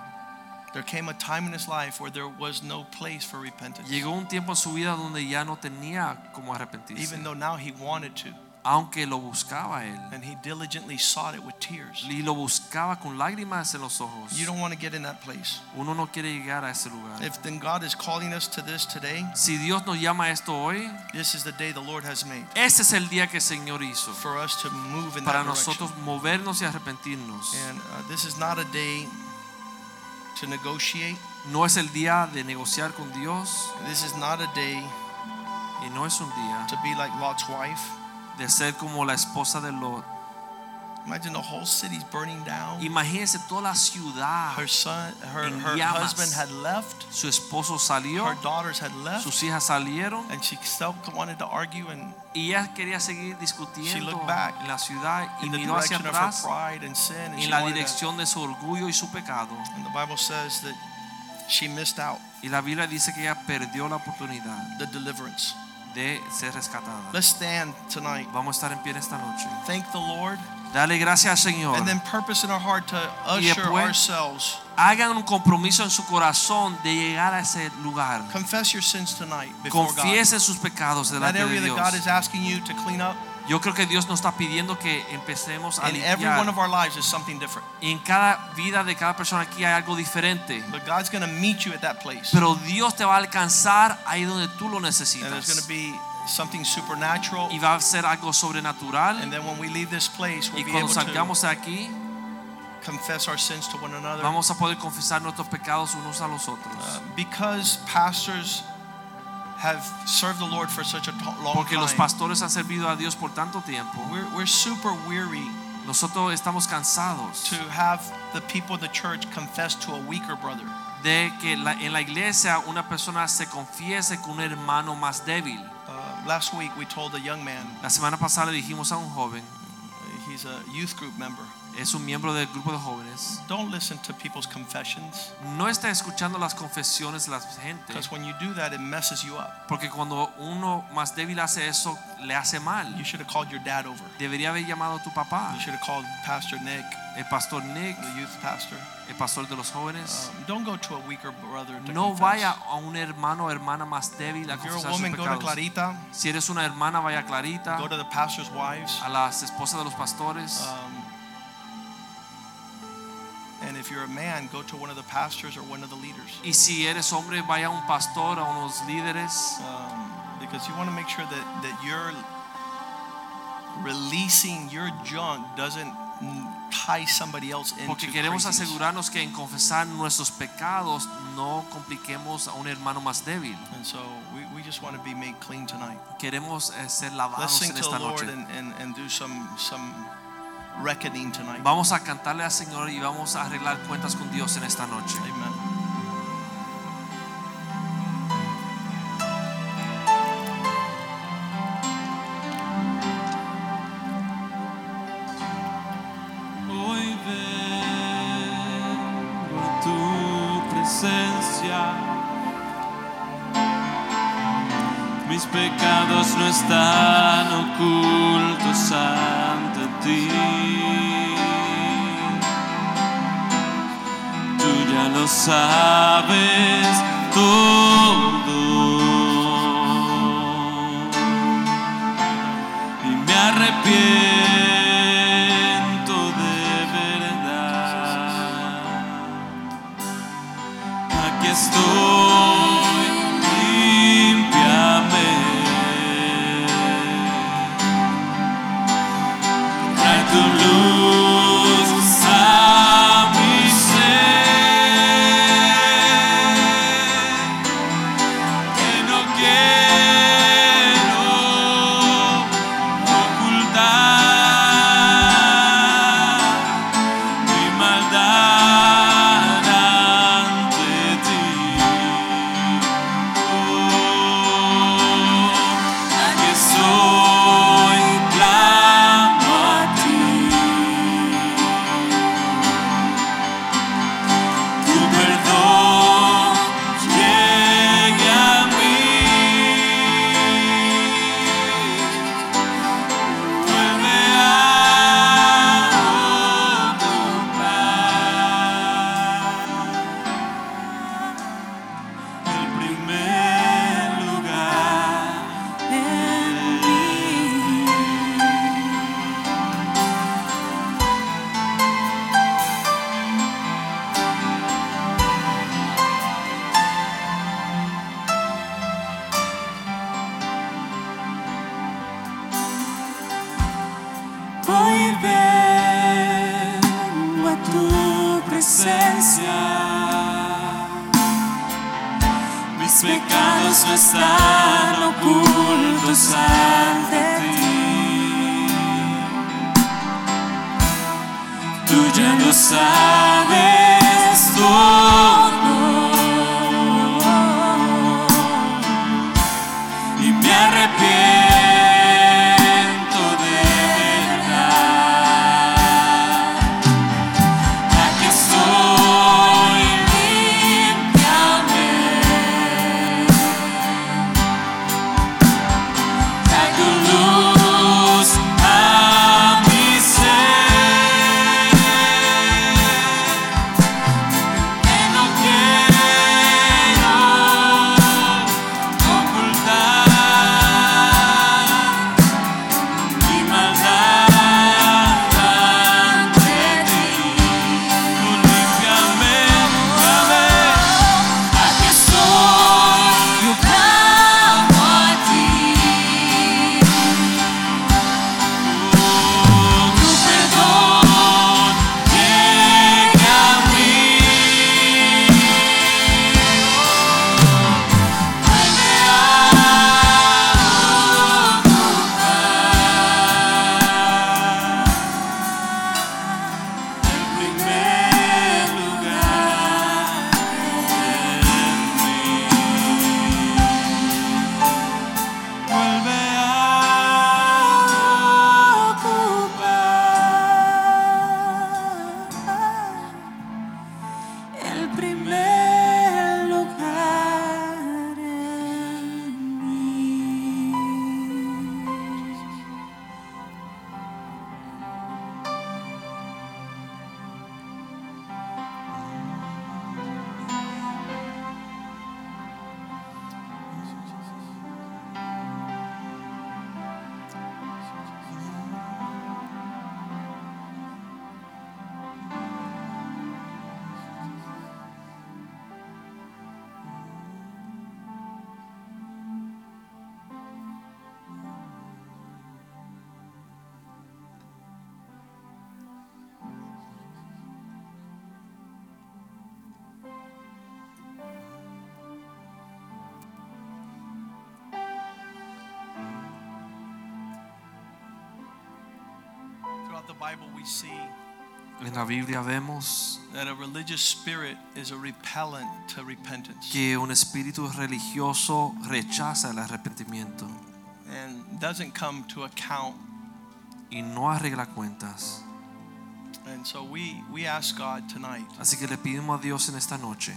A: there came a time in his life where there was no place for repentance.
B: llegó un tiempo en su vida donde ya no tenía como arrepentirse,
A: Even though now he wanted to,
B: aunque lo buscaba él.
A: and he diligently sought it with tears.
B: y lo buscaba con lágrimas en los ojos.
A: You don't want to get in that place.
B: Uno no quiere llegar a ese lugar.
A: If then God is calling us to this today,
B: Si Dios nos llama a esto hoy,
A: this is the day the Lord has made
B: este es el día que el Señor hizo
A: for us to move in
B: para
A: that direction.
B: nosotros movernos y arrepentirnos.
A: And uh, this is not a day to negotiate.
B: No es el día de negociar con Dios
A: This is not a day
B: y no es un día
A: to be like Lot's wife.
B: de ser como la esposa de Lot.
A: Imagine the whole city's burning down.
B: Imagínense toda la ciudad.
A: Her son, her,
B: En
A: her
B: llamas.
A: husband had left.
B: Su esposo salió,
A: Her daughters had left.
B: sus hijas salieron
A: And she still wanted to argue and
B: y ella quería seguir discutiendo
A: looked back
B: en la ciudad y
A: in the
B: miró hacia
A: direction of her
B: atrás
A: pride and sin. And,
B: en
A: she
B: la
A: wanted to-
B: dirección de su orgullo y su pecado.
A: and the Bible says that she missed out
B: Y la Biblia dice que ella perdió la oportunidad
A: the deliverance.
B: de ser rescatada.
A: Let's stand tonight.
B: Vamos a estar en pie en esta noche.
A: Thank the Lord.
B: Dale gracias al Señor.
A: And then purpose in our heart to
B: Y
A: usher
B: después-
A: ourselves.
B: Hagan un compromiso en su corazón de llegar a ese lugar.
A: Confess your sins tonight before God.
B: Confiesen sus pecados
A: That
B: delante de
A: area that
B: Dios.
A: God is asking you to clean up
B: Yo creo que Dios nos está pidiendo que empecemos a
A: in every one
B: limpiar.
A: of our lives is something different.
B: En cada vida de cada persona aquí hay algo diferente.
A: But God's going to meet you at that place.
B: Pero Dios te va a alcanzar ahí donde tú lo
A: and there's going to
B: necesitas.
A: be something supernatural.
B: Y va a ser algo
A: And
B: sobrenatural.
A: then when we leave this place, we'll
B: Y
A: be
B: cuando
A: able to
B: salgamos de aquí,
A: confess our sins to one another.
B: vamos a poder confesar nuestros pecados unos a los
A: Uh,
B: otros.
A: because pastors have served the Lord for such a to- long
B: Porque los
A: time,
B: pastores han servido a Dios por tanto tiempo.
A: we're, we're super weary
B: Nosotros estamos cansados
A: to have the people of the church confess to a weaker brother.
B: de que la- en la iglesia una persona se confiese con un hermano más débil.
A: Uh, last week we told a young man, uh,
B: La semana pasada le dijimos a un joven,
A: he's a youth group member,
B: es un miembro del grupo de jóvenes,
A: don't listen to people's confessions
B: no está escuchando las confesiones de la gente,
A: because when you do that it messes you up.
B: porque cuando uno más débil hace eso, le hace
A: You
B: mal.
A: should have called your dad over.
B: Debería haber llamado a tu papá,
A: You should have called Pastor Nick,
B: el pastor Nick,
A: the youth pastor.
B: el pastor de los jóvenes.
A: Um, don't go to a weaker brother to
B: No
A: confess.
B: vaya a un hermano o hermana más débil a
A: If you're
B: confesar
A: a
B: sus
A: woman, go to
B: pecados.
A: Clarita.
B: Si eres una hermana, vaya a Clarita,
A: Go to the pastor's wives.
B: a las esposas de los pastores.
A: Um, and if you're a man, go to one of the pastors or one of the leaders.
B: Y si eres hombre, vaya a un pastor, a unos líderes,
A: Um, because you want to make sure that, that you're releasing your junk doesn't mm, tie somebody else into
B: porque queremos
A: craziness.
B: asegurarnos que en confesar nuestros pecados no compliquemos a un hermano más débil.
A: And so we, we just want to be made clean tonight.
B: Queremos eh, ser
A: Let's
B: lavados
A: sing
B: en
A: to the
B: esta
A: Lord
B: noche.
A: and, and, and do some, some reckoning tonight.
B: Vamos a cantarle al Señor y vamos a arreglar cuentas con Dios en esta noche.
A: Amen.
C: Hoy vengo a tu presencia. Mis pecados no están ocultos ante ti. Tú ya lo sabes todo y me arrepiento de verdad. Aquí estoy, límpiame. Trae tu luz a mi ser que no quiero ocultar mi maldad ante voy y vengo a tu presencia. Mis pecados no están ocultos ante ti. Tú ya lo sabes todo y me arrepiento de verdad. Aquí estoy, límpiame. Da tu luz a mi ser. Que no quiero ocultar mi maldad ante ti. Tú límpiame, límpiame. Aquí estoy, yo clamo a ti. Tu perdón llega a mí. primer lugar Vuelve a ocupar el primer lugar en mí.
A: Throughout the Bible, we see
B: En la Biblia vemos
A: that a religious spirit is a repellent to repentance
B: que un espíritu religioso rechaza el arrepentimiento
A: and doesn't come to account.
B: y no arregla cuentas.
A: And so we, we ask God tonight,
B: Así que le pedimos a Dios en esta noche,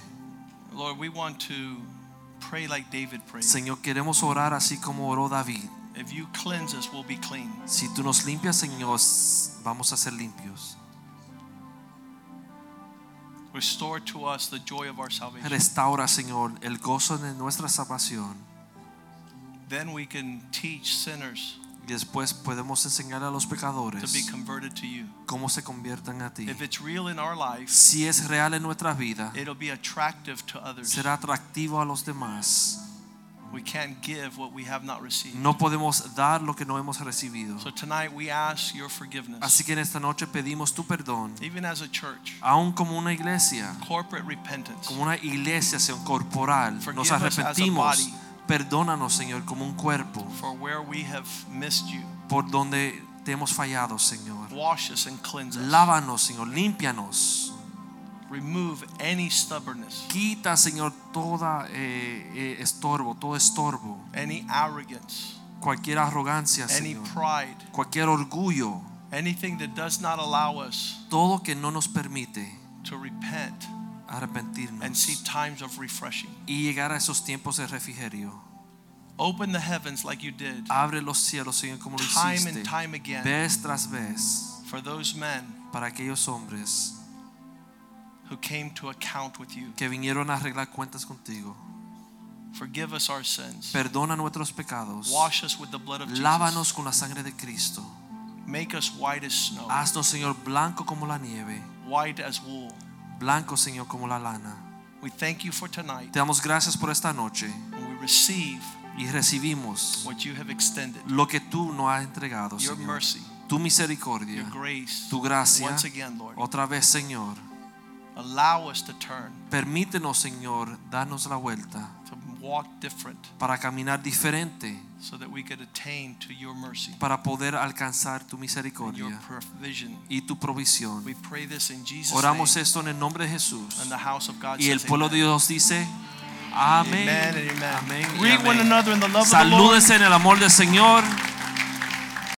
A: Lord, we want to pray like David prayed.
B: Señor, queremos orar así como oró David.
A: If you cleanse us, we'll be clean.
B: Si tú nos limpias, Señor, vamos a ser limpios.
A: Restore to us the joy of our salvation.
B: Restaura, Señor, el gozo de nuestra salvación.
A: Then we can teach sinners
B: Y después podemos enseñar a los
A: to be
B: pecadores
A: converted to you.
B: cómo se conviertan a ti.
A: If it's real in our life,
B: Si es real en nuestra vida,
A: it'll be attractive to others.
B: será atractivo a los demás.
A: We can't give what we have not received.
B: No podemos dar lo que no hemos recibido.
A: So tonight we ask your forgiveness.
B: Así que en esta noche pedimos tu perdón,
A: Even as a church,
B: aún como una iglesia,
A: corporate repentance.
B: como una iglesia Señor, corporal. Nos
A: Forgive us as a
B: arrepentimos.
A: body.
B: Perdónanos, Señor, como un cuerpo,
A: for where we have missed you.
B: por donde te hemos fallado, Señor.
A: Wash us and cleanse us.
B: Lávanos, Señor, límpianos.
A: Remove any stubbornness,
B: Quita, Señor, toda eh, eh, estorbo, todo estorbo,
A: any arrogance,
B: cualquier arrogancia,
A: any
B: Señor,
A: pride,
B: cualquier orgullo,
A: anything that does not allow us
B: todo que no nos permite
A: to repent and see
B: arrepentirnos
A: times of refreshing.
B: y llegar a esos tiempos de refrigerio.
A: Open the heavens like you did
B: Abre los cielos, Señor, como lo
A: time
B: hiciste,
A: and time again
B: vez tras vez,
A: for those men
B: para aquellos hombres
A: who came to account with you.
B: que vinieron a arreglar cuentas contigo.
A: Forgive us our sins.
B: Perdona nuestros pecados.
A: Wash us with the blood of Jesus.
B: Lávanos con la sangre de Cristo.
A: Make us white as snow,
B: Haznos, Señor, blanco como la nieve.
A: white as wool.
B: Blanco, Señor, como la lana.
A: We thank you for tonight.
B: Te damos gracias por esta noche
A: And we receive
B: y recibimos
A: what you have extended.
B: lo que tú nos has entregado,
A: your
B: Señor.
A: mercy,
B: tu
A: your
B: misericordia,
A: grace.
B: tu gracia.
A: Once again, Lord,
B: Otra vez, Señor,
A: allow us to turn,
B: permítenos, Señor, darnos la vuelta
A: to walk different,
B: para caminar diferente,
A: so that we could attain to your mercy
B: para poder alcanzar
A: and
B: tu
A: your
B: misericordia
A: provision.
B: y tu provisión.
A: We pray this in Jesus'
B: Oramos
A: name.
B: esto en el nombre de Jesús.
A: And the house of God
B: Y el
A: says
B: pueblo de
A: amen.
B: Dios dice, amén.
A: Amen and amen.
B: Amén y
A: Greet one
B: amén.
A: another in the love of the Lord.
B: Salúdense en el amor del Señor.